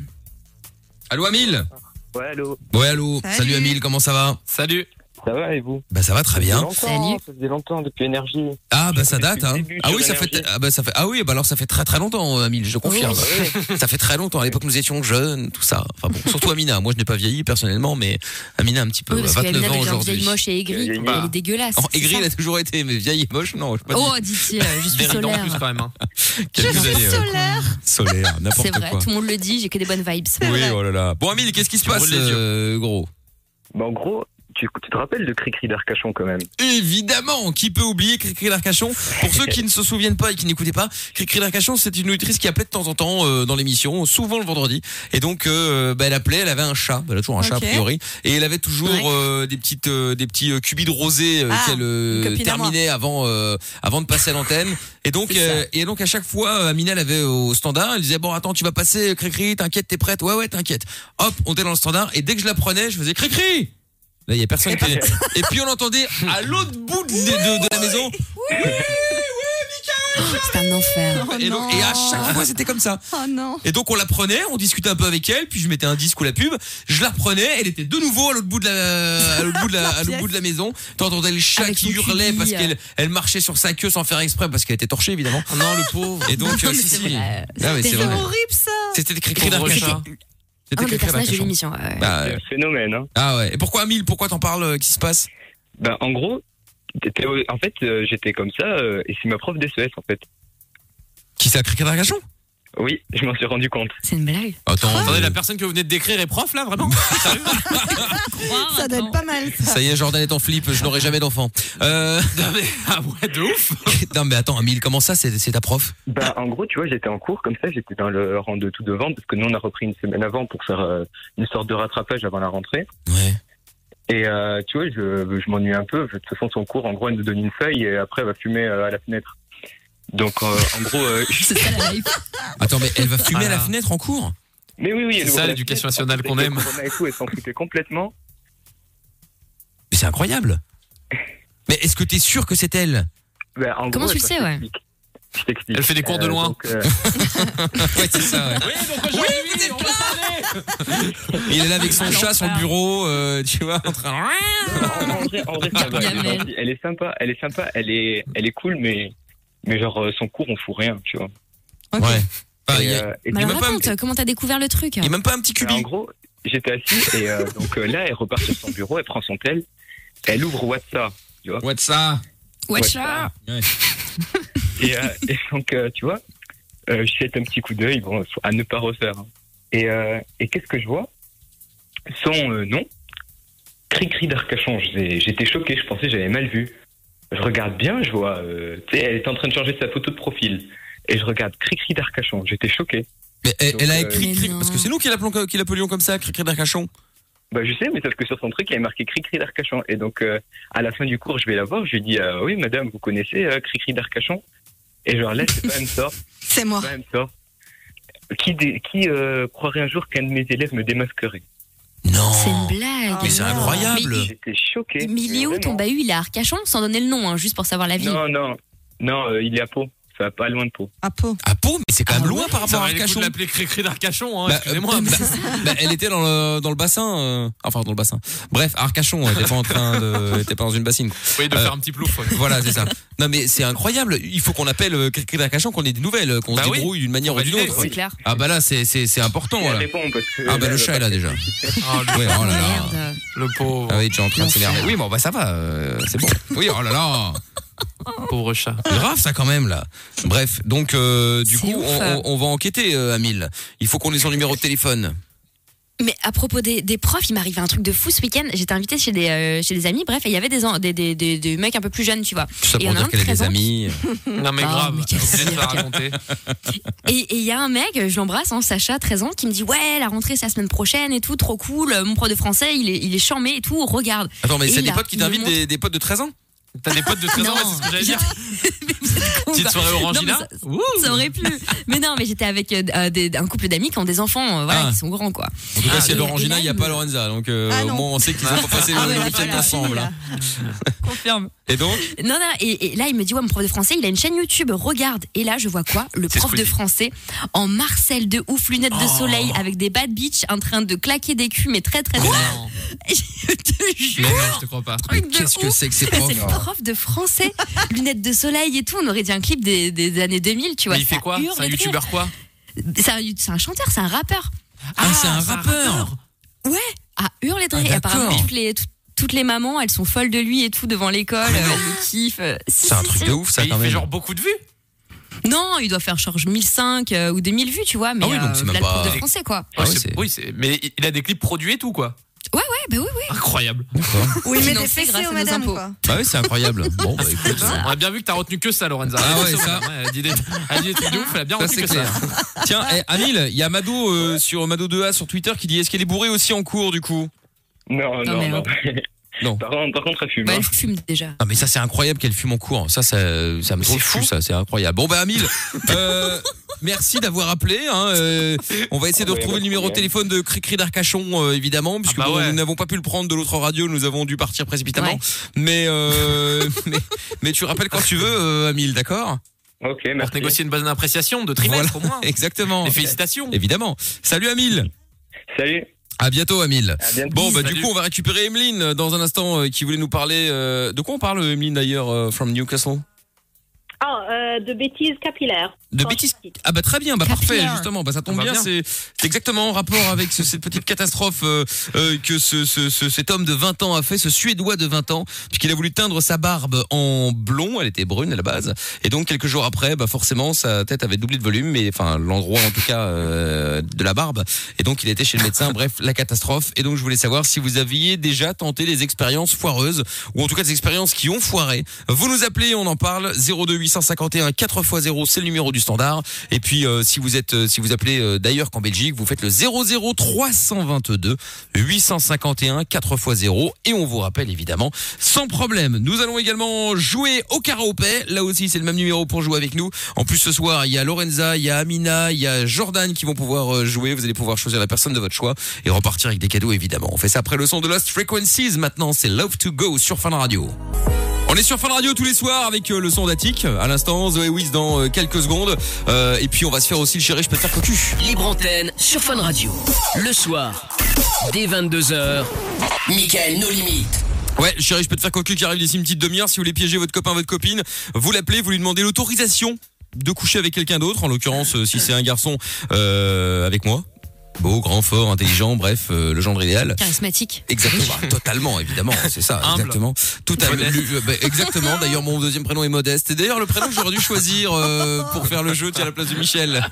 S2: Allô Amil
S8: Ouais, allô.
S2: Ouais allô. Salut,
S3: Salut.
S2: Amil, comment ça va
S5: Salut.
S8: Ça va et vous
S2: Bah ça va
S8: Ça
S2: très bien.
S8: faisait longtemps,
S4: Salut.
S8: hein, Ça faisait longtemps depuis Énergie.
S2: Ah bah ça
S8: Depuis le
S2: date hein.
S8: début,
S2: Ah
S8: sur
S2: oui, ça fait
S8: l'énergie.
S2: ah bah ça fait Ah oui, bah alors ça fait très très longtemps euh, Amil, je confirme. ça fait très longtemps à l'époque nous étions jeunes, tout ça. Enfin bon, surtout Amina, moi je n'ai pas vieilli personnellement mais Amina un petit peu
S4: Oui,
S2: ouais,
S4: parce qu'elle
S2: 29 ans
S4: a déjà une vieille
S2: aujourd'hui.
S4: moche et aigrie.
S8: Il y a une-
S4: Elle est dégueulasse.
S2: En
S4: c'est
S2: aigri,
S4: ça.
S2: elle a toujours été mais vieille et moche non, je sais pas
S4: Oh, dit-il, euh, je suis
S5: Véridant en plus
S4: solaire.
S5: quand même. hein.
S2: dit quelques années, euh,
S3: solaire.
S2: solaire, n'importe
S4: C'est vrai,
S2: quoi.
S4: tout le monde le dit, j'ai que des bonnes vibes.
S2: Oui, oh là là. Bon Amil, qu'est-ce qui se
S5: Tu
S2: passe
S5: brûles les yeux.
S2: euh, gros
S8: Bah, en gros, tu, tu te rappelles de Cricri d'Arcachon quand même
S2: Évidemment, qui peut oublier Cricri d'Arcachon Pour ceux qui ne se souviennent pas et qui n'écoutaient pas, Cricri d'Arcachon, c'est une auditrice qui appelait de temps en temps euh, dans l'émission, souvent le vendredi. Et donc, euh, bah, elle appelait, elle avait un chat, elle a toujours un chat a
S3: Ok.
S2: priori, et elle avait toujours
S4: Ouais.
S2: euh, des petites, euh, des petits euh, cubis de rosée euh,
S3: Ah,
S2: qu'elle euh,
S3: une copine à moi.
S2: terminait avant, euh, avant de passer à l'antenne. Et donc,
S4: C'est ça.
S2: euh, et donc à chaque fois, euh, Amina l'avait au standard. Elle disait bon, attends, tu vas passer, euh, Cricri, t'inquiète, t'es prête Ouais, ouais, t'inquiète. Hop, on était dans le standard. Et dès que je la prenais, je faisais Cricri. Là, il y a personne qui Et puis on l'entendait à l'autre bout de, de- de la maison.
S4: C'est un enfer.
S3: Oh
S2: et, donc-
S3: non.
S2: et à chaque fois, c'était comme ça.
S3: Oh non.
S2: Et donc on la prenait, on discutait un peu avec elle, puis je mettais un disque ou la pub. Je la reprenais, elle était de nouveau à l'autre bout de la, à l'autre bout de la, à l'autre bout de la maison. T'entendais le chat
S4: Avec
S2: qui
S4: son
S2: hurlait
S4: cubi,
S2: parce
S4: euh.
S2: qu'elle elle marchait sur sa queue sans faire exprès parce qu'elle était torchée évidemment.
S5: Non, le pauvre.
S2: Et donc,
S4: Non,
S2: euh,
S4: mais
S2: si,
S4: c'est
S2: si.
S4: vrai.
S2: Ah, mais c'est
S4: C'est
S2: vrai.
S3: Horrible ça.
S2: C'était des cris
S5: Pauvre
S2: d'arcachon.
S5: chat.
S2: C'était
S4: Un des
S2: Cricri
S4: personnages de
S2: d'Arcachon.
S4: l'émission. ouais.
S2: Bah,
S8: C'est
S2: ouais.
S8: un phénomène, hein.
S2: Ah ouais. Et pourquoi Amil Pourquoi t'en parles euh, Qu'est-ce qui se passe
S8: Bah, en gros, t'étais- en fait, euh, j'étais comme ça, euh, et c'est ma prof d'SES, en fait.
S2: Qui c'est à Cricri d'Arcachon
S8: Oui, je m'en suis rendu compte.
S4: C'est une blague.
S2: Attends,
S5: Attendez,
S2: euh,
S5: la personne que vous venez de décrire est prof là, vraiment Sérieux
S3: Ça doit être pas mal. Ça.
S2: ça y est, Jordan est en flip. Je n'aurai jamais d'enfant. Euh...
S5: Non, mais- Ah ouais, de ouf.
S2: non mais attends, Amil, comment ça C'est c'est ta prof
S8: Bah, en gros, tu vois, j'étais en cours, comme ça, j'étais dans le rang de tout devant, parce que nous, on a repris une semaine avant pour faire euh, une sorte de rattrapage avant la rentrée.
S2: Ouais.
S8: Et euh, tu vois, je, je m'ennuie un peu. De toute façon, son cours, en gros, elle nous donne une feuille, et après, elle va fumer euh, à la fenêtre. Donc, euh, en gros, euh,
S9: C'est ça la life.
S2: Attends, mais elle va fumer
S5: Ah.
S2: à la fenêtre en cours
S8: mais oui, oui, elle
S5: C'est ça,
S8: ouvre la
S5: l'éducation
S8: fenêtre,
S5: nationale qu'on
S8: avec
S5: aime.
S8: le corona Et tout, elle s'en foutait complètement.
S2: Mais C'est incroyable. Mais est-ce que t'es sûr que c'est elle
S8: Ben, en
S4: Comment
S8: gros,
S4: tu
S8: elle-
S4: le sais, ouais
S8: Je t'explique.
S5: Elle fait des cours de loin.
S8: donc, euh,
S2: Ouais, c'est ça, ouais.
S5: Oui, donc aujourd'hui, on va parler
S2: Il est là avec son chat, son bureau, euh, tu vois, en train.
S8: en, en vrai, en vrai, ça va, elle, est
S4: Gabriel.
S8: gentille, elle est sympa, elle est sympa, elle est, elle est cool, mais, mais genre, euh, son cours, on fout rien, tu vois.
S3: Ok.
S2: Ouais. Enfin,
S8: Et,
S2: il y a-
S8: euh, et
S4: Mais Bah,
S2: même
S4: alors
S2: pas un
S4: raconte,
S2: petit-
S4: comment t'as découvert le truc
S2: il y a même pas un petit
S8: Mais En
S2: cubi.
S8: gros, j'étais assis et euh, donc euh, là, elle repart sur son bureau, elle prend son tel, elle ouvre WhatsApp.
S2: What's ça
S4: Watch
S8: WhatsApp.
S4: out.
S8: Et, euh, et donc, euh, tu vois, euh, je jette un petit coup d'œil, bon, faut- à ne pas refaire. hein. Et, euh, et qu'est-ce que je vois Son euh, nom, Cricri d'Arcachon. J'ai- J'étais choqué, je pensais que j'avais mal vu. Je regarde bien, je vois, euh, tu sais, elle est en train de changer sa photo de profil. Et je regarde Cricri d'Arcachon, j'étais choqué.
S2: Mais elle, elle a
S8: Donc, euh,
S2: écrit, cri-
S4: Mais non.
S2: parce que c'est nous qui l'appelons, qui l'appelions comme ça, Cricri d'Arcachon.
S8: Bah, je sais, mais sauf que sur son truc, il y avait marqué Cricri d'Arcachon. Et donc, euh, à la fin du cours, je vais la voir. Je lui dis, euh, oui, madame, vous connaissez euh, Cricri d'Arcachon Et genre, là, c'est pas elle me sort.
S3: C'est moi.
S8: Pas elle me sort. Qui, dé- qui euh, croirait un jour qu'un de mes élèves me démasquerait
S4: C'est une
S2: Non.
S4: blague.
S2: Mais c'est
S3: Ah, non.
S2: incroyable.
S8: J'étais choqué.
S4: Mais il est où
S8: Vraiment.
S4: ton bahut Il est à Arcachon, sans donner le nom, hein, juste pour savoir la ville.
S8: Non, non. Non, euh, il est à Pau. Ça va pas loin de Pau.
S3: À peau.
S2: À Pau, mais c'est quand même loin par
S5: Ah Ça
S2: rapport à
S5: aurait les coups
S2: Arcachon.
S5: de l'appeler Cricri d'Arcachon, hein,
S2: Bah,
S5: excusez-moi.
S2: euh, bah, bah, elle était dans le, dans le bassin, euh, enfin dans le bassin. Bref, à Arcachon, elle était pas en train de, elle était pas dans une bassine. quoi.
S5: Oui, de
S2: euh,
S5: faire un petit plouf. ouais.
S2: Voilà, c'est ça. Non mais c'est incroyable. Il faut qu'on appelle euh, Cricri d'Arcachon, qu'on ait des nouvelles, euh, qu'on
S5: Bah
S2: se
S5: oui.
S2: débrouille d'une manière
S5: On va
S2: ou d'une
S5: l'aider,
S2: autre.
S4: C'est clair.
S2: Ah bah là, c'est c'est c'est important.
S8: Elle
S2: voilà.
S8: répond parce que. euh,
S2: Ah bah le
S8: elle
S2: chat est
S8: va pas-
S2: là déjà.
S5: Oh, le-
S2: Ouais, oh là là.
S4: Merde.
S5: le pauvre,
S2: Ah oui, déjà en train de s'énerver. Oui, bon bah ça va, euh, c'est bon. Oui, oh là là.
S5: pauvre chat.
S2: C'est grave ça quand même là. Bref, donc euh, du
S4: C'est
S2: coup
S4: ouf.
S2: on, on- on va enquêter euh, Amil. Il faut qu'on ait son numéro de téléphone.
S4: Mais à propos des, des profs, il m'arrivait un truc de fou ce week-end. J'étais invitée chez des, euh, chez des amis, bref, et il y avait des, en- des, des, des, des mecs un peu plus jeunes, tu vois.
S2: Tout ça
S4: Et on
S2: pour
S4: a un
S2: dire qu'elle a des
S4: 13 ans.
S2: amis.
S5: Non, mais
S4: Oh,
S5: grave,
S4: mais quel
S5: obligé de te la
S4: cirque.
S5: raconter.
S4: Et et il y a un mec, je l'embrasse, hein, Sacha, 13 ans, qui me dit Ouais, la rentrée, c'est la semaine prochaine et tout, trop cool. Euh, Mon prof de français, il est, il est charmé et tout, regarde.
S2: Attends, mais
S4: Et
S2: c'est
S4: il
S2: des
S4: a-
S2: potes qui
S4: il me
S2: t'invitent,
S4: montre-
S2: des, des potes de 13 ans
S5: T'as des potes de 13 ans, ouais, c'est ce que j'allais dire.
S4: Mais vous êtes cons,
S5: Petite
S2: Ah,
S4: quoi.
S5: soirée
S4: Non,
S5: orangina.
S4: mais ça- Ça aurait pu. Mais non, mais j'étais avec euh, euh, des- un couple d'amis qui ont des enfants, euh, voilà,
S2: Ah.
S4: qui sont grands, quoi.
S2: En tout cas,
S5: Ah,
S2: s'il y a
S4: et-
S2: Laurangina,
S4: et
S2: il
S4: là,
S2: n'y a
S4: il
S2: pas
S4: me-
S2: Lorenza. Donc euh,
S3: Ah,
S2: au
S3: non.
S2: moins on sait qu'ils ont pas passé
S3: Ah ouais,
S2: le
S3: là,
S2: week-end
S3: voilà,
S2: ensemble.
S3: là.
S2: hein.
S4: Confirme.
S2: Et donc
S4: Non, non, et, et là, il me dit Ouais, mon prof de français, il a une chaîne YouTube, regarde. Et là, je vois quoi Le
S5: C'est
S4: prof de
S5: Squeezie.
S4: français en Marcel de ouf, lunettes de
S2: Oh.
S4: soleil, avec des bad bitch, en train de claquer des culs, mais très, très
S5: Mais
S4: bien.
S5: non,
S4: Je te jure.
S5: mais non, je te crois pas.
S2: Ah,
S4: Truc de
S2: Qu'est-ce que
S4: ouf.
S2: Ah, c'est que ces
S4: Mais
S2: profs
S4: C'est le prof de français, lunettes de soleil et tout. On aurait dit un clip des, des années 2000, tu vois.
S5: Mais il fait
S4: ça
S5: quoi
S4: hurle
S5: C'est un
S4: de rire.
S5: youtubeur quoi
S4: C'est un, yout- c'est un chanteur, c'est un rappeur.
S2: Ah, c'est un rappeur
S4: À hurler de
S2: Ah,
S4: rire. Et apparemment,
S2: d'accord.
S4: toutes les, tout- toutes les mamans, elles sont folles de lui et tout devant l'école.
S5: Ah,
S4: euh, Elles le kiffent. euh, si,
S2: C'est un
S4: si,
S2: truc
S4: si.
S2: de ouf ça
S5: Et
S2: quand
S5: Il fait
S2: même.
S5: genre beaucoup de vues
S4: Non, il doit faire charge 1005 euh, ou 2000 vues, tu vois. Mais
S2: Ah oui, donc
S4: euh,
S2: c'est même
S4: là, le prof
S2: pas-
S4: de français, quoi.
S2: Ah
S5: Ouais,
S2: ouais,
S5: c'est-
S2: c'est-
S5: Oui, c'est- mais il a des clips produits et tout quoi.
S4: Ouais, bah oui, oui.
S5: Incroyable.
S3: Oui, mais
S4: Financé
S3: des fessées
S4: grâce
S3: aux
S4: à nos
S3: madames,
S4: impôts.
S3: quoi.
S2: Bah oui, c'est incroyable. Bon, bah écoute.
S5: On a bien vu que t'as retenu que ça, Lorenza.
S2: Ah ouais,
S5: C'est
S2: ça.
S5: bon, Elle a dit des, elle a dit des trucs de ouf, elle a bien
S2: Ça,
S5: retenu
S2: c'est
S5: que
S2: clair.
S5: ça.
S2: Tiens, eh, Amil, il y a Mado euh, sur Mado 2A sur Twitter qui dit est-ce qu'elle est bourrée aussi en cours du coup
S8: Non,
S4: Non, mais
S8: non, non.
S2: Non.
S8: Par contre, par contre, elle fume.
S4: Bah,
S8: hein.
S4: elle fume déjà.
S2: Non mais ça c'est incroyable qu'elle fume en cours. Ça ça, ça me
S5: c'est
S2: trouve fou
S5: fou.
S2: ça, c'est incroyable. Bon bah Amil, euh, merci d'avoir appelé. hein, euh, on va essayer de
S8: Ah, bah,
S2: retrouver
S8: pas
S2: le
S8: de
S2: numéro de
S8: problème.
S2: téléphone de Cricri d'Arcachon euh, évidemment puisque
S5: bah
S2: bon,
S5: ouais.
S2: nous n'avons pas pu le prendre de l'autre radio, nous avons dû partir précipitamment.
S4: Ouais.
S2: Mais, euh, mais mais tu rappelles quand tu veux euh, Amil, d'accord
S8: Ok,
S5: Pour
S8: merci.
S5: te négocier une bonne appréciation de trimestre au moins.
S2: Exactement.
S5: Et félicitations.
S2: Évidemment. Salut Amil.
S8: Salut.
S2: À bientôt Amil.
S8: À bientôt.
S2: Bon, bah,
S5: Salut.
S2: du coup, on va récupérer Emeline euh, dans un instant euh, qui voulait nous parler. euh, de quoi on parle, Emeline, d'ailleurs, euh, from Newcastle
S7: Ah, euh, de bêtises capillaires.
S2: De
S7: Quand
S2: bêtises-
S7: je suis petite.
S2: Ah, bah, très bien, bah,
S4: Capillaire.
S2: parfait, justement. Bah, ça tombe
S5: Ah, bah,
S2: bien,
S5: bien.
S2: c'est c'est exactement en rapport avec ce- cette petite catastrophe euh, euh, que ce, ce- ce- cet homme de 20 ans a fait, ce Suédois de 20 ans, puisqu'il a voulu teindre sa barbe en blond. Elle était brune à la base. Et donc, quelques jours après, bah, forcément, sa tête avait doublé de volume, mais enfin, l'endroit, en tout cas, euh, de la barbe. Et donc, il était chez le médecin. Bref, la catastrophe. Et donc, je voulais savoir si vous aviez déjà tenté des expériences foireuses, ou en tout cas des expériences qui ont foiré. Vous nous appelez, on en parle. 02 851 4 x 0, c'est le numéro du standard. Et puis euh, si vous êtes euh, si vous appelez euh, d'ailleurs qu'en Belgique, vous faites le 00 322 851 4 x 0 et on vous rappelle évidemment sans problème. Nous allons également jouer au karaopé. Là aussi, c'est le même numéro pour jouer avec nous. En plus ce soir, il y a Lorenza, il y a Amina, il y a Jordan qui vont pouvoir euh, jouer. Vous allez pouvoir choisir la personne de votre choix et repartir avec des cadeaux évidemment. On fait ça après le son de Lost Frequencies. Maintenant, c'est Love to Go sur Fun Radio. On est sur Fun Radio tous les soirs avec euh, le son d'Attic. À l'instant, Zoé Wiz dans euh, quelques secondes. Euh, et puis on va se faire aussi le chéri, je peux te faire cocu.
S1: Libre antenne sur Fun Radio. Le soir, dès 22h, Michael nos limites.
S2: Ouais, chérie, je peux te faire cocu qui arrive d'ici une petite demi-heure. Si vous voulez piéger votre copain, votre copine, vous l'appelez, vous lui demandez l'autorisation de coucher avec quelqu'un d'autre. En l'occurrence, euh, si c'est un garçon, euh, avec moi. Beau, grand, fort, intelligent, bref, euh, le genre idéal.
S4: Charismatique.
S2: Exactement, bah, totalement, évidemment, c'est ça,
S5: Humble.
S2: exactement. Tout à lu- bah, exactement. D'ailleurs, mon deuxième prénom est Modeste. Et d'ailleurs, le prénom que j'aurais dû choisir euh, pour faire le jeu, tiens, à la place de Michel.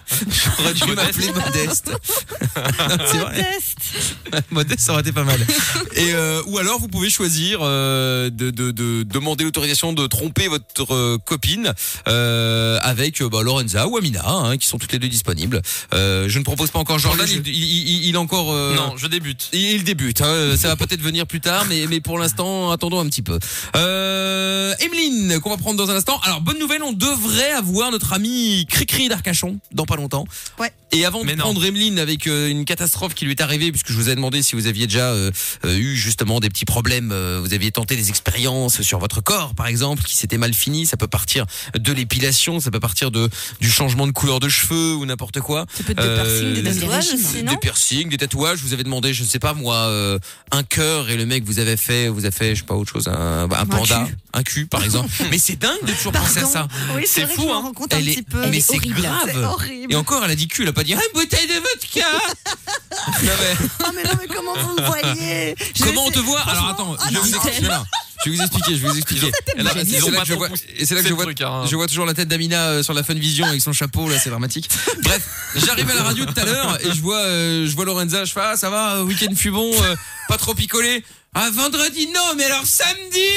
S2: J'aurais dû m'appeler Modeste. Non, c'est vrai. Modeste, ça aurait été pas mal. Et euh, ou alors, vous pouvez choisir euh, de, de- de demander l'autorisation de tromper votre euh, copine euh, avec euh, bah, Lorenza ou Amina, hein, qui sont toutes les deux disponibles. Euh, je ne propose pas encore Jordan. Il, il- il- il est encore. euh,
S5: Non, je débute.
S2: il il débute, hein, euh, ça va peut-être venir plus tard, mais, mais pour l'instant, attendons un petit peu. Euh, Emeline, qu'on va prendre dans un instant. Alors, bonne nouvelle, on devrait avoir notre ami Cricri d'Arcachon dans pas longtemps.
S3: Ouais.
S2: Et avant
S5: Mais
S2: de
S5: non.
S2: prendre Emeline avec euh, une catastrophe qui lui est arrivée, puisque je vous ai demandé si vous aviez déjà euh, euh, eu justement des petits problèmes, euh, vous aviez tenté des expériences sur votre corps, par exemple, qui s'était mal fini, ça peut partir de l'épilation, ça peut partir de du changement de couleur de cheveux ou n'importe quoi.
S4: Ça peut être
S2: Euh,
S4: des piercings, des
S2: les-
S4: tatouages.
S3: les-
S4: aussi.
S3: Non.
S2: des piercings, des tatouages. Vous avez demandé, je ne sais pas moi, euh, un cœur et le mec vous avait fait, vous a fait, je sais pas autre chose, un, bah, un panda,
S3: cul.
S2: un cul par exemple. mais c'est dingue de toujours penser à ça.
S3: Oui,
S2: C'est
S3: c'est vrai
S2: fou,
S3: que je
S2: hein.
S3: m'en rends compte un
S2: Elle est-
S3: petit peu.
S2: mais
S4: est
S2: c'est
S4: horrible.
S3: C'est
S2: grave.
S3: horrible.
S2: Et encore, elle a dit cul, elle a pas dit ah, une bouteille de vodka. non, mais,
S3: Oh, mais non, mais comment vous me voyez Je
S2: comment on
S3: sais-
S2: te voit Alors
S3: franchement,
S2: attends,
S3: ah
S2: je vais
S3: non,
S2: vous
S3: non,
S2: expliquer. non, Je vais vous expliquer, je vais vous expliquer. Et là,
S5: pas
S2: c'est- c'est
S5: dit,
S2: là
S5: ils ont
S2: que je
S5: pas
S2: vois-
S5: trop
S2: et c'est là que
S5: poussé
S2: je
S5: le
S2: vois,
S5: truc, hein.
S2: je vois toujours la tête d'Amina euh, sur la Fun Vision avec son chapeau, là, c'est dramatique. Bref, j'arrive à la radio tout à l'heure et je vois, euh, je vois Lorenza, je fais, ah, ça va, euh, week-end fut bon, euh, pas trop picolé. Ah, vendredi, non, mais alors samedi!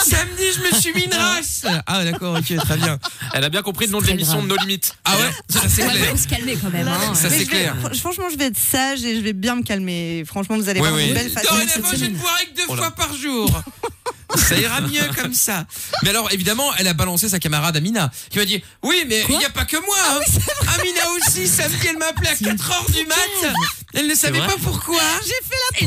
S2: Samedi, je me suis mis une race! Ah, d'accord, ok, très bien.
S5: Elle a bien compris le nom de
S4: Très
S5: l'émission
S4: grave.
S5: de No Limites.
S2: Ah ouais, ça c'est
S4: Ouais, mais
S2: clair.
S4: faut se calmer quand même. hein.
S2: Ça,
S3: Ah, mais
S2: c'est
S3: je vais-
S2: clair.
S3: fr- Franchement, je vais être sage et je vais bien me calmer. Franchement, vous allez
S2: Oui,
S3: voir
S2: oui.
S3: une belle façon.
S2: Dorénavant, je ne boirai que deux
S5: Oh là.
S2: fois par jour. Ça ira mieux comme ça. Mais alors, évidemment, elle a balancé sa camarade Amina, qui m'a dit Oui, mais il n'y a pas que moi.
S4: Ah,
S2: hein. Amina aussi, samedi, elle m'a appelé à 4h du mat. Elle ne savait
S5: vrai
S2: pas pourquoi. J'ai fait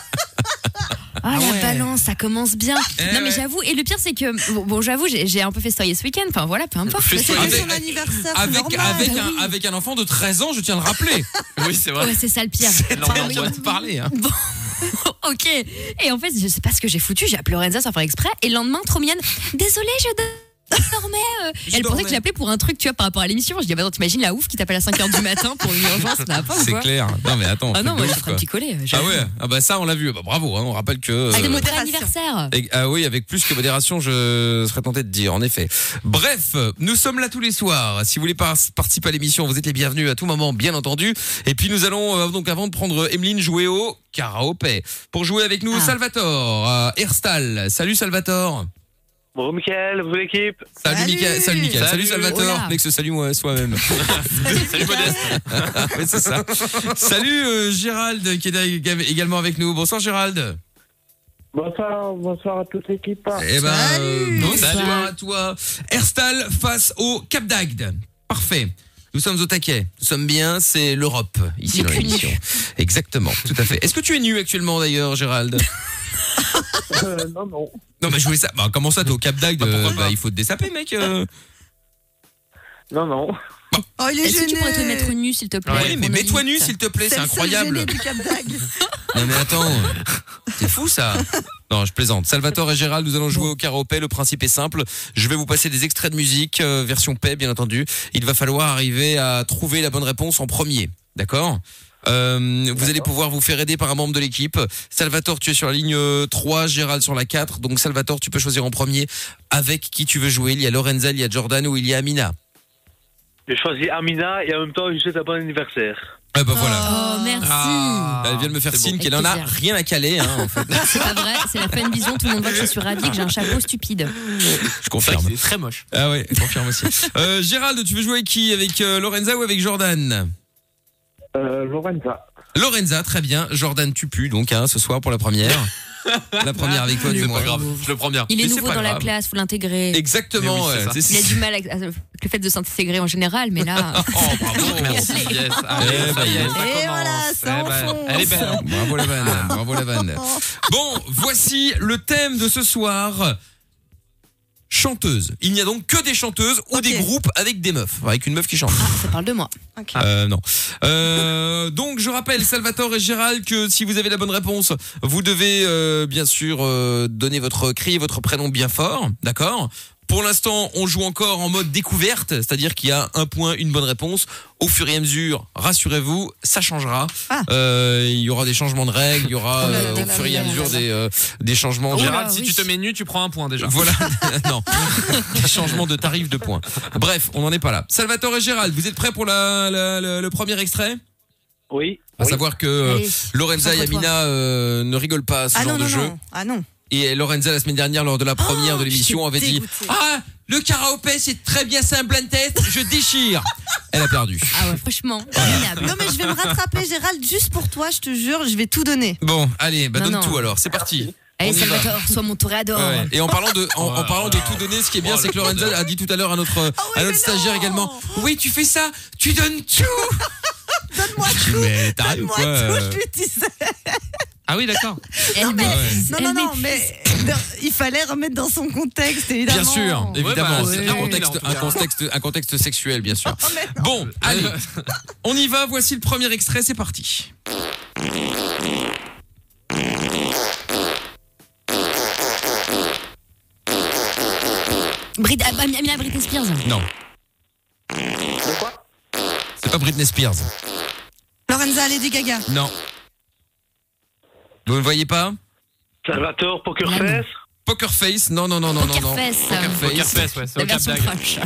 S4: Ah,
S2: Ah
S4: la
S2: ouais.
S4: balance, ça commence bien.
S2: Eh
S4: non, mais
S2: ouais.
S4: j'avoue, et le pire, c'est que, bon, bon, j'avoue, j'ai j'ai un peu festoyé ce week-end, enfin voilà, peu importe.
S5: Festoyé.
S3: C'est
S2: Avec-
S3: son anniversaire, c'est
S2: avec,
S3: normal.
S2: avec,
S4: bah
S2: un,
S4: oui.
S2: avec un enfant de 13 ans, je tiens à le rappeler.
S5: Oui, c'est vrai.
S4: Ouais, c'est ça le pire.
S5: Elle en
S4: Enfin,
S5: a
S4: oui.
S5: entendu parler. hein.
S4: Bon, ok. Et en fait, je sais pas ce que j'ai foutu. J'ai appelé Lorenza sans faire exprès. Et le lendemain, trop mienne. Désolée, je do- dormais. euh.
S2: Je
S4: elle
S2: dormais.
S4: pensait que j'appelais pour un truc, tu vois, par rapport à l'émission. Je dis, ah bah non, t'imagines la ouf qui t'appelle à 5h du matin pour une urgence, ça va pas ou quoi
S2: clair. Non, mais attends.
S4: Ah non,
S2: truc de
S4: moi, je
S2: ouf,
S4: suis un
S2: quoi.
S4: petit Ah, collé.
S2: Ah ouais, ah bah ça, on l'a vu. Bah, bravo, hein, on rappelle que.
S4: Avec
S2: euh,
S4: mon
S3: modération.
S4: anniversaire.
S2: Et- ah oui, avec plus que modération, je serais tenté de dire, en effet. Bref, nous sommes là tous les soirs. Si vous voulez par- participer à l'émission, vous êtes les bienvenus à tout moment, bien entendu. Et puis nous allons, euh, donc avant de prendre Emeline, jouer au karaopé. Pour jouer avec nous,
S4: Ah.
S2: Salvatore, euh, Herstal. Salut Salvatore.
S8: Bonjour Mickaël, bonjour l'équipe.
S2: Salut,
S3: Salut.
S2: Mickaël, salut Mickaël, salut,
S5: Salut.
S2: Salvatore,
S4: Hola.
S2: dès que ce salut moi soi-même.
S5: Salut Modeste.
S2: Ouais, c'est ça. salut euh, Gérald qui est là également avec nous. Bonsoir Gérald.
S8: Bonsoir, bonsoir à toute l'équipe.
S2: Eh ben, euh,
S4: Salut.
S2: bonsoir
S4: Bonsoir.
S2: à toi. Herstal face au Cap d'Agde. Parfait. Nous sommes au taquet. Nous sommes bien, c'est l'Europe, ici
S4: Les
S2: dans
S4: plus
S2: l'émission. Exactement, tout à fait. Est-ce que tu es nu actuellement d'ailleurs, Gérald
S8: Euh, non, non.
S2: Non, mais je voulais ça. Bah, comment ça, t'es au Cap d'Agde euh,
S5: pourquoi
S2: bah,
S5: pas
S2: Il faut te dessaper, mec. euh.
S8: Non, non.
S3: Oh, il est,
S4: Est-ce que tu
S3: gêné.
S4: pourrais te mettre nu, s'il te plaît
S5: Ouais,
S2: Oui,
S4: pour
S2: mais
S4: nos
S2: mets-toi nu,
S4: limites
S2: s'il te plaît, c'est
S3: le seul gêné
S2: incroyable.
S3: du Cap d'Agde.
S2: Non, mais attends, c'est fou ça. Non, je plaisante. Salvatore et Gérald, nous allons jouer au karaopé. Le principe est simple. Je vais vous passer des extraits de musique, euh, version paix, bien entendu. Il va falloir arriver à trouver la bonne réponse en premier. D'accord Euh, vous allez pouvoir vous faire aider par un membre de l'équipe. Salvatore, tu es sur la ligne euh, 3, Gérald sur la 4. Donc Salvatore, tu peux choisir en premier avec qui tu veux jouer. Il y a Lorenza, il y a Jordan ou il y a Amina.
S8: J'ai choisi Amina et en même temps, je lui souhaite un bon anniversaire.
S2: Ah bah voilà.
S4: Oh, merci.
S5: Ah.
S2: Elle vient de me faire signe qu'elle en a
S4: Avec
S2: rien à caler. Hein, en fait.
S4: C'est pas vrai, c'est la fin de bison, tout le monde voit que je suis ravie, que j'ai un chapeau stupide.
S2: Je confirme.
S5: C'est très moche.
S2: Ah ouais, je confirme aussi. Euh, Gérald, tu veux jouer avec qui Avec euh, Lorenza ou avec Jordan
S8: Euh, Lorenza.
S2: Lorenza, très bien. Jordan, tu pues donc hein, ce soir pour la première. la première avec toi,
S5: C'est
S2: du moins.
S5: pas grave, je le prends bien.
S4: Il est
S2: Mais c'est
S4: nouveau
S2: pas
S4: dans la
S2: grave.
S4: classe, faut l'intégrer.
S2: Exactement.
S5: Mais oui, c'est
S2: ouais.
S5: ça.
S2: C'est-
S4: Il a du mal avec avec le fait de s'intégrer en général, mais là.
S5: Oh, bravo, merci. Oh, Yes.
S2: Eh
S5: Allez, ça y est,
S2: ben,
S5: ça
S3: Et voilà,
S5: commence.
S3: ça
S5: Eh ben,
S3: enfonce.
S5: Elle est belle.
S2: Bravo la vanne, bravo la vanne. Bon, voici le thème de ce soir. Chanteuse. Il n'y a donc que des chanteuses ou
S3: Ok.
S2: des groupes avec des meufs, avec une meuf qui chante.
S4: Ah, ça parle de moi.
S2: Euh, non. Euh, donc je rappelle Salvatore et Gérald que si vous avez la bonne réponse, vous devez euh, bien sûr euh, donner votre cri et votre prénom bien fort, d'accord pour l'instant, on joue encore en mode découverte, c'est-à-dire qu'il y a un point, une bonne réponse. Au fur et à mesure, rassurez-vous, ça changera.
S3: Ah.
S2: Euh, il y aura des changements de règles, il y aura
S3: Oh là là
S2: euh,
S3: là
S2: au
S3: là
S2: fur et
S3: là
S2: à
S3: là
S2: mesure
S3: là Oh là.
S2: des, euh, des changements. de
S5: Gérald, si
S4: oui.
S5: tu te mets nu, tu prends un point déjà.
S2: voilà, non. Changement de tarif de points. Bref, on n'en est pas là. Salvatore et Gérald, vous êtes prêts pour la, la- la- le premier extrait
S8: Oui.
S2: À savoir que euh,
S4: Allez.
S2: Lorenza et
S4: Contre toi.
S2: Amina euh, ne rigolent pas à ce
S3: Ah
S2: genre
S3: non,
S2: de
S3: non,
S2: jeu.
S3: non. Ah non.
S2: Et Lorenza, la semaine dernière, lors de la première
S4: Oh,
S2: de l'émission, avait dit
S3: dégoûtée.
S2: Ah, le karaopé, c'est très bien, c'est un blind test, je déchire. Elle a perdu.
S4: Ah ouais, franchement,
S3: Non,
S4: minable.
S3: mais je vais me rattraper, Gérald, juste pour toi, je te jure, je vais tout donner.
S2: Bon, allez, bah
S4: Non,
S2: donne
S4: non.
S2: tout alors, c'est parti.
S4: Allez,
S2: On y va.
S4: Eh, Salvatore, sois mon toréador.
S2: Ouais. Et en parlant de, en, en parlant de tout donner, ce qui est bien,
S5: Oh,
S2: c'est que
S5: le
S2: Lorenza
S5: bonheur.
S2: a dit tout à l'heure à notre,
S3: Ah oui,
S2: à notre
S3: mais
S2: stagiaire
S3: non.
S2: également. Oui, tu fais ça, tu donnes tout.
S3: Donne-moi tout.
S2: Mais t'arrêtes ou
S3: Donne-moi
S2: quoi euh
S3: tout, je lui disais.
S5: Ah oui, d'accord.
S4: Elle maîtrise,
S3: Non,
S4: elle
S3: non, non,
S4: maîtrise.
S3: mais il fallait remettre dans son contexte, évidemment.
S2: Bien sûr,
S5: Ouais,
S2: évidemment,
S5: bah,
S2: c'est
S5: ouais.
S2: un contexte,
S5: En tout
S2: un
S5: cas.
S2: contexte, un contexte sexuel, bien
S3: Oh,
S2: sûr. Bon, allez, on y va. Voici le premier extrait, c'est parti.
S4: Brit- ah, bah, Mia- Mia Britney Spears.
S2: Non,
S8: De quoi
S2: c'est pas Britney Spears.
S3: Lorenza, Lady Gaga.
S2: Non. Vous ne voyez pas
S8: Salvatore, Poker
S4: Face.
S2: Poker Face Non, non, non, non, non, non.
S4: Pokerface.
S2: Poker Face.
S5: Poker face, ouais, c'est
S4: La
S5: au cap
S4: version
S5: d'Agde.
S4: crush.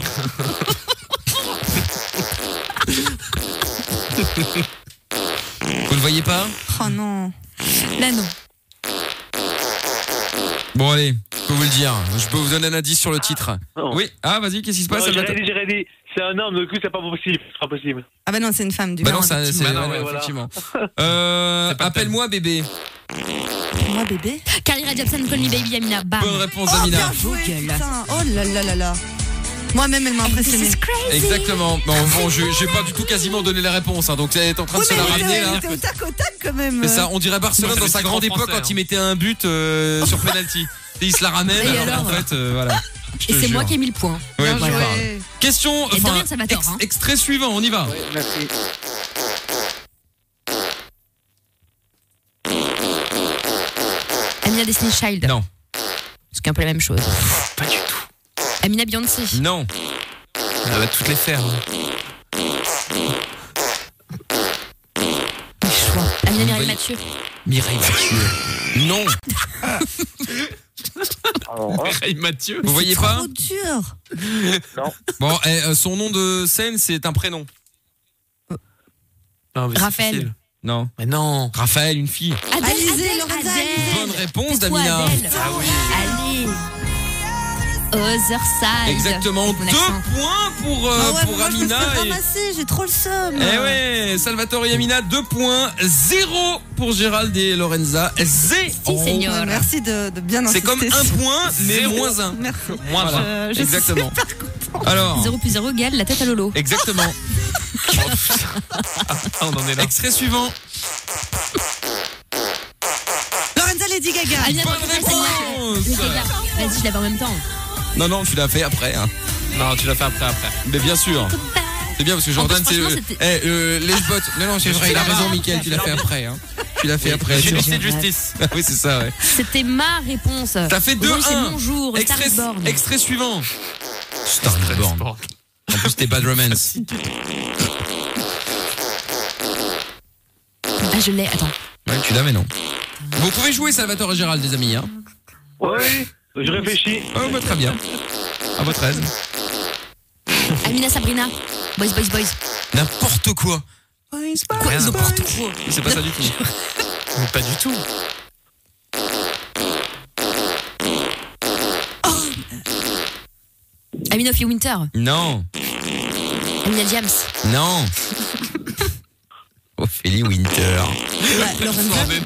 S2: Vous ne voyez pas
S3: Oh non.
S4: Là, non.
S2: Bon, allez, je peux vous le dire. Je peux vous donner un indice sur le titre.
S8: non.
S2: Oui. Ah, vas-y, qu'est-ce qui se passe
S8: Non,
S2: Salvatore
S8: j'ai rien dit, j'ai rien dit. C'est un homme, du coup, c'est pas possible. C'est pas possible.
S3: Ah bah non, c'est une femme, du
S2: Bah
S3: coup.
S2: non, ça- c'est
S5: Bah non,
S2: ouais,
S5: ouais,
S8: voilà.
S2: effectivement. Euh,
S5: C'est pas le thème.
S2: Appelle-moi bébé.
S3: Moi, bébé.
S4: Carrie Rae Jepsen, Call Me Baby, Amina. Bam.
S2: Bonne réponse,
S3: Oh,
S2: Amina.
S3: bien joué,
S4: Vos gueules.
S3: putain. Oh là là là là. Moi-même, elle m'a
S4: This
S3: impressionnée.
S4: is
S2: Oh,
S4: crazy.
S2: Exactement. Bon, bon, je j'ai pas du tout quasiment donné la réponse, hein, donc elle est en train de
S3: Oui,
S2: se
S3: mais
S2: la
S3: elle
S2: ramener
S3: était- elle
S2: là.
S3: était au tac au tac quand même.
S2: Mais ça, on dirait Barcelone
S5: Ça
S2: dans
S5: fait
S2: sa
S5: titre
S2: grande
S5: en
S2: époque
S5: français,
S2: quand il
S5: hein.
S2: mettait un but euh, sur penalty. Et il se la ramène.
S4: Et
S2: alors,
S4: alors
S2: en fait, euh, voilà. Je
S4: Et
S2: te
S4: c'est moi
S2: jure.
S4: qui ai mis le point.
S2: Ouais,
S3: Bien
S2: bah,
S3: joué.
S2: bah. Question.
S4: Et de
S2: Enfin,
S4: rien, ça va tort, hein.
S2: Extrait suivant, on y va.
S8: Merci.
S4: Amina Destiny Child.
S2: Non.
S4: C'est un peu la même chose. Pas du tout. Amina Beyoncé.
S2: Non.
S5: Elle va toutes les faire.
S2: hein.
S4: Quel choix. Amina Mireille
S2: Oui.
S4: Mathieu.
S2: Mireille Mathieu. Non.
S5: Mireille Mathieu.
S2: Vous voyez pas
S3: Trop dur.
S2: Bon, eh, euh, son nom de scène, c'est un prénom.
S5: Non, mais c'est
S4: Raphaël.
S5: facile.
S2: Non.
S5: Mais non.
S2: Raphaël, une fille.
S4: Adèle,
S3: Alizée,
S4: Adèle,
S3: Lorenza,
S4: Adèle.
S2: Bonne réponse,
S4: Toi,
S2: Damina. Ah
S4: Adèle. Allez. Other side.
S2: Exactement.
S4: Avec mon
S2: Deux
S4: accent.
S2: points pour, euh,
S3: Ah ouais,
S2: pour
S3: moi, je me
S2: Amina.
S3: fais
S2: et-
S3: ramasser, j'ai trop le seum. Euh,
S2: Eh ouais, Salvatore et Amina, 2 points, 0 pour Gérald et Lorenza, 0.
S4: Si, seigneur.
S3: Ouais, Merci de, de bien insister.
S2: C'est comme un
S3: sur-
S2: point, mais
S5: Zéro.
S2: moins un.
S3: Merci.
S5: Moins
S2: Voilà.
S5: un.
S3: Euh, je suis
S2: Exactement.
S3: super contente.
S2: Alors,
S4: 0 plus 0 égale la tête à Lolo.
S2: exactement.
S5: Ah, on en est là.
S2: Extrait suivant.
S3: Lorenza Lady Gaga.
S4: Amina
S2: Bonne
S4: Brochet,
S2: réponse.
S4: Amina Gaga. Vas-y, je l'avais en même temps.
S2: Non, non, tu l'as fait après. hein.
S5: Non, tu l'as fait après, après.
S2: Mais bien sûr. C'est bien parce que Jordan, c'est.
S4: Ah, bah, franchement, c'était-
S2: Eh, euh, les bottes. Non, non, c'est vrai, il a raison, Mickaël, tu l'as fait après. hein. Tu l'as fait après.
S5: J'ai
S2: c'est vrai.
S5: laissé justice.
S2: Oui, c'est ça, ouais.
S4: C'était ma réponse.
S2: Ça fait
S4: Aujourd'hui, c'est
S2: 2-1.
S4: mon jour.
S2: Extrait,
S4: Starborn.
S2: extrait suivant. Starborn. En
S5: Bon.
S2: plus, c'était Bad Romance.
S4: Ah, je l'ai. Attends.
S2: Ouais, tu l'as, mais non. Vous pouvez jouer Salvatore et Gérald, les amis. Hein.
S8: Oui, je réfléchis.
S2: Oh, bah, très bien. À votre aise.
S4: Amina Sabrina. Boys, boys, boys.
S2: N'importe quoi. Quoi, ils ont partout C'est pas ça
S5: du tout. Mais pas du tout.
S4: Amine of the Winter,
S2: Non,
S4: Amina Diams.
S2: non. Ophélie Winter. Bah,
S3: Ouais, Lauren Daigle.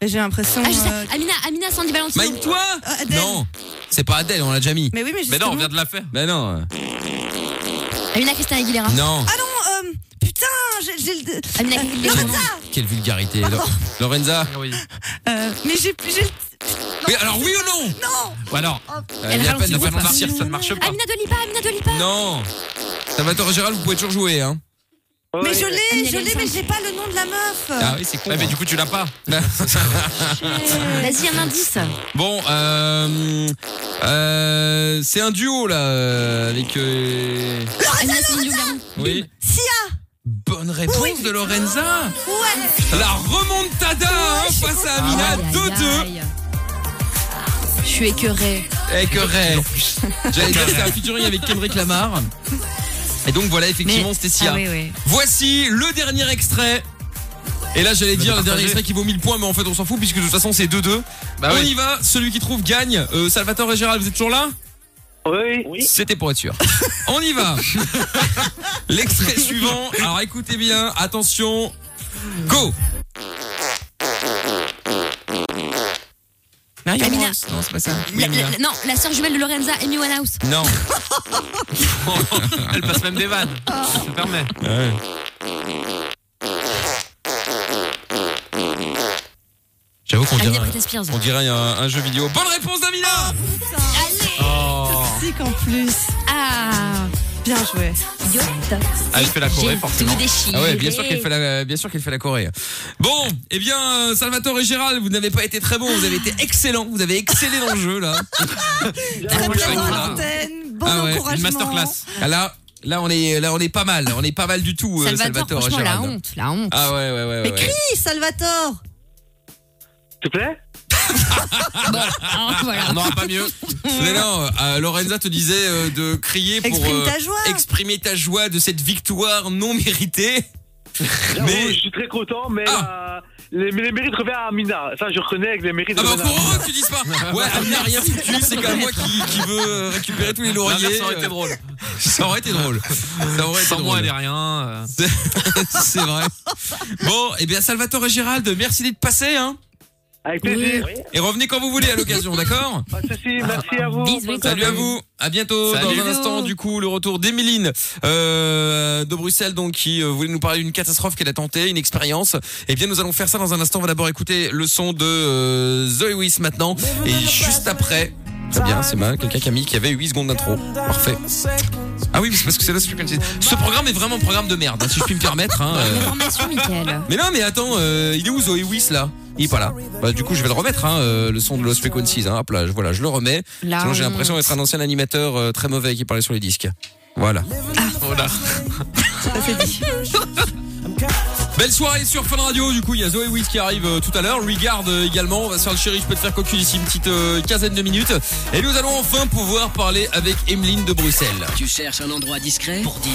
S3: Bah, J'ai l'impression.
S4: Ah, je sais,
S3: euh,
S4: Amina, Amina Sandy Valentino.
S2: Mike, toi
S3: Ah, Adèle.
S2: Non, c'est pas Adèle, on l'a déjà mis.
S3: Mais oui, mais justement.
S5: Mais non, on vient de la faire.
S2: Bah non,
S4: Amina Christina Aguilera.
S2: non.
S3: Ah non, euh, putain, j'ai- j'ai le. euh, de-
S4: Amina Aguilera.
S2: Quelle vulgarité. Lo- Lorenza.
S5: Eh Oui.
S3: Euh, mais j'ai plus. j'ai le-
S2: Mais alors oui ou non
S3: Non Oh,
S5: Ou alors,
S2: Elle a à peine
S4: ralentit
S2: la fin
S5: ça
S2: de
S5: ne marche,
S2: partir.
S5: ça ne marche pas.
S4: Amina Dolipa, Amina Dolipa.
S2: Non. Salvatore Gérald, vous pouvez toujours jouer. Hein.
S3: Mais
S8: Ouais.
S3: je l'ai,
S4: Amélie
S3: je l'ai, mais
S4: Alexandre.
S3: j'ai pas le nom de la meuf.
S2: Ah oui, c'est con.
S5: Ouais, mais
S2: hein.
S5: du coup, tu l'as pas.
S4: Vas-y, un indice.
S2: Bon, euh, euh, c'est un duo là euh, avec. euh,
S4: Amina Sandy Valentino.
S2: Oui.
S3: Sia
S2: Bonne réponse de Lorenza.
S3: Ouais
S2: La remontada hein, face à Amina 2-2.
S4: Je suis écœurée.
S2: Eh que rêve. J'allais dire c'est un featuring avec Kendrick Lamar. Et donc voilà effectivement c'était Sia.
S4: Ah oui, oui.
S2: Voici le dernier extrait. Et là, j'allais
S5: va
S2: dire
S5: te
S2: le dernier
S5: partager.
S2: extrait qui vaut 1000 points, mais en fait, on s'en fout puisque de toute façon, c'est 2-2.
S5: Bah
S2: on
S5: oui.
S2: y va, celui qui trouve gagne. Euh, Salvatore et Gérald, vous êtes toujours là
S8: Oui. oui.
S2: C'était pour être sûr. on y va. L'extrait suivant. Alors écoutez bien, attention. Go
S4: Amina.
S2: Non, c'est pas ça.
S4: La- la- la- non, la sœur jumelle de Lorenza, Amy Winehouse.
S2: Non.
S5: Elle passe même des vannes. Je te permets.
S2: J'avoue qu'on
S4: Amina
S2: dirait,
S4: Britney Spears.
S2: on dirait un, un jeu vidéo. Bonne réponse d'Amina
S4: Allez
S5: Oh.
S3: Si qu'en plus
S4: Ah
S3: Bien joué
S4: Yo,
S5: Ah, je fais la Corée,
S4: j'ai
S5: forcément.
S4: tout déchiré.
S2: Ah ouais, bien sûr qu'elle fait la, bien sûr qu'elle fait la Corée. Bon, eh bien, euh, Salvatore et Gérald, vous n'avez pas été très bons, vous avez été excellents, vous avez excellé dans le jeu là.
S3: Très
S5: ouais,
S3: bien
S5: ouais.
S3: dans l'antenne, bon
S2: Ah ouais, une
S3: encouragement
S5: Une masterclass.
S2: Ah, Là, là on est, là on est pas mal, on est pas mal du tout, euh,
S4: Salvatore,
S2: Salvatore et
S4: franchement, la
S2: Gérald.
S4: honte, la honte.
S2: Ah ouais, ouais, ouais.
S3: Mais
S2: ouais.
S3: crie, Salvatore
S8: S'il te plaît
S4: Ah, voilà.
S5: On n'aura pas mieux.
S2: Mais non, euh, Lorenza te disait euh, de crier pour
S3: Exprime
S2: euh,
S3: ta joie.
S2: exprimer ta joie de cette victoire non méritée.
S9: J'avoue,
S2: Mais-
S9: je suis très content, mais
S5: Ah.
S9: euh, les, mais les mérites reviennent à Amina. Ça, je reconnais que les mérites
S2: Ah bah
S9: reviennent
S2: pour
S9: à
S2: heureux que tu dises pas. Ouais, Amina a rien foutu, c'est quand même moi qui, qui veux euh, récupérer tous les lauriers.
S5: L'inverse aurait été drôle.
S2: Ça aurait été drôle. Ça aurait été
S5: euh, Sans moi,
S2: drôle.
S5: elle est rien. euh.
S2: C'est vrai. Bon, et bien Salvatore et Gérald, merci d'être passés hein.
S9: Avec plaisir.
S2: Et revenez quand vous voulez à l'occasion, d'accord
S9: Pas de souci, merci à vous.
S4: Bisous.
S2: ah. Salut à vous, à bientôt
S5: Salut.
S2: dans un instant du coup le retour d'Emeline euh, de Bruxelles donc qui euh, voulait nous parler d'une catastrophe qu'elle a tentée, une expérience. Et bien nous allons faire ça dans un instant, on va d'abord écouter le son de euh, Zoé Wiss maintenant et juste après Très bien, c'est mal. Quelqu'un qui a mis qui avait 8 secondes d'intro. Parfait. Ah oui, mais c'est parce que c'est là Ce programme est vraiment un programme de merde, hein, si je puis me permettre. hein, euh.
S4: Formation, Michael.
S2: Mais non, mais attends, euh, il est où Zoé Wiss là Il est pas là. Bah du coup, je vais le remettre, hein, euh, le son de Lost Frequencies. Hein, hop là, je- voilà, je le remets.
S4: La
S2: Sinon, j'ai
S4: honte.
S2: l'impression d'être un ancien animateur euh, très mauvais qui parlait sur les disques. Voilà.
S5: Voilà.
S2: Belle soirée sur Fun Radio. Du coup, il y a Zoé Wiss qui arrive euh, tout à l'heure. Regarde euh, également. On va se faire le chéri. Je peux te faire cocu d'ici une petite euh, quinzaine de minutes. Et nous allons enfin pouvoir parler avec Emeline de Bruxelles.
S1: Tu cherches un endroit discret pour dire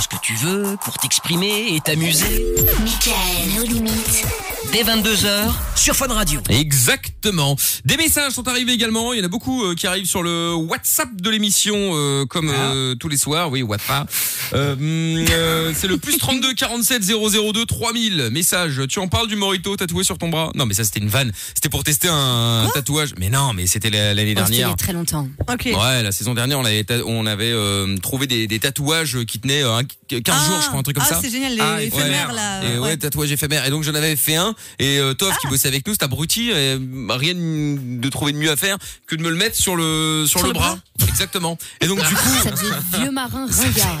S1: ce que tu veux, pour t'exprimer et t'amuser.
S10: Michael, nos limites.
S1: Dès 22h sur Fun Radio.
S2: Exactement. Des messages sont arrivés également. Il y en a beaucoup euh, qui arrivent sur le WhatsApp de l'émission, euh, comme
S3: Ah.
S2: euh, tous les soirs. Oui, WhatsApp. Euh, hum, euh, c'est le plus 32 47 002 3000. Message. Tu en parles du Morito tatoué sur ton bras Non, mais ça c'était une vanne. C'était pour tester un tatouage. Mais non, mais c'était la- l'année
S4: Oh, c'était il y
S2: dernière.
S4: a très longtemps.
S3: Ok,
S2: Ouais, la saison dernière, on avait, ta- on avait euh, trouvé des, des tatouages qui tenaient euh, un- 15 jours, je crois, un truc comme
S3: ah,
S2: ça.
S3: Ah, c'est génial, les
S5: Ah,
S3: éphémères
S5: éphémères.
S3: là.
S2: Et ouais,
S3: ouais.
S2: tatouage éphémère. Et donc j'en avais fait un. Et euh, Toff qui bossait avec nous, cet abruti, et, bah, rien de trouver de mieux à faire que de me le mettre sur le sur, le, bras. Exactement. Et donc du coup.
S4: Ça faisait vieux marin ringard.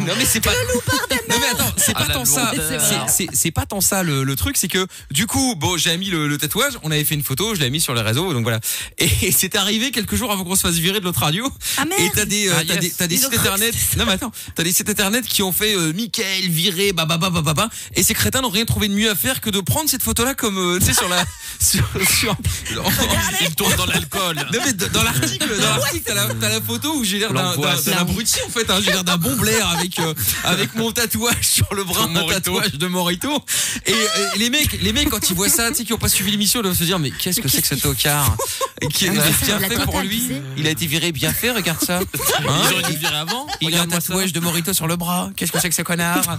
S2: Non mais c'est pas. non mais attends, c'est
S5: Ah,
S2: pas
S5: la
S2: tant ça.
S5: lourdeur.
S2: C'est- C'est c'est pas tant ça le, le truc, c'est que du coup, bon, j'ai mis le, le tatouage, on avait fait une photo, je l'ai mis sur les réseaux, donc voilà. Et c'est arrivé quelques jours avant qu'on se fasse virer de l'autre radio.
S3: Ah, merde.
S2: Et t'as des, euh,
S3: Ah,
S2: t'as
S3: yes.
S2: des, t'as des
S3: Ils ont
S2: sites
S3: cru que
S2: internet. Non mais attends, t'as des sites internet qui ont fait euh, Michael viré, bah bah bah bah bah bah. Et ces crétins n'ont rien trouvé de mieux à faire que de prendre cette photo-là comme, euh, tu sais, sur la, sur, sur.
S5: Il tourne dans l'alcool.
S2: Non, mais dans l'article, dans l'article, t'as la, t'as la photo où j'ai l'air d'un, d'un,
S5: L'angoisse.
S2: d'un abruti en fait. hein. J'ai l'air d'un bon blaire avec euh, avec mon tatouage sur le bras, mon tatouage de Morito. Et, et les mecs, les mecs quand ils voient ça, tu sais, qui ont pas suivi l'émission, ils doivent se dire mais qu'est-ce que c'est que ce tocard Qui a
S5: Ah, mais
S2: bien
S5: c'est de la
S2: fait pour
S5: totale,
S2: lui
S5: tu sais.
S2: Il a été viré bien fait, regarde ça. Hein
S5: Ils auraient dû le virer avant.
S2: il a un tatouage de Morito sur le bras. Qu'est-ce que c'est que ce connard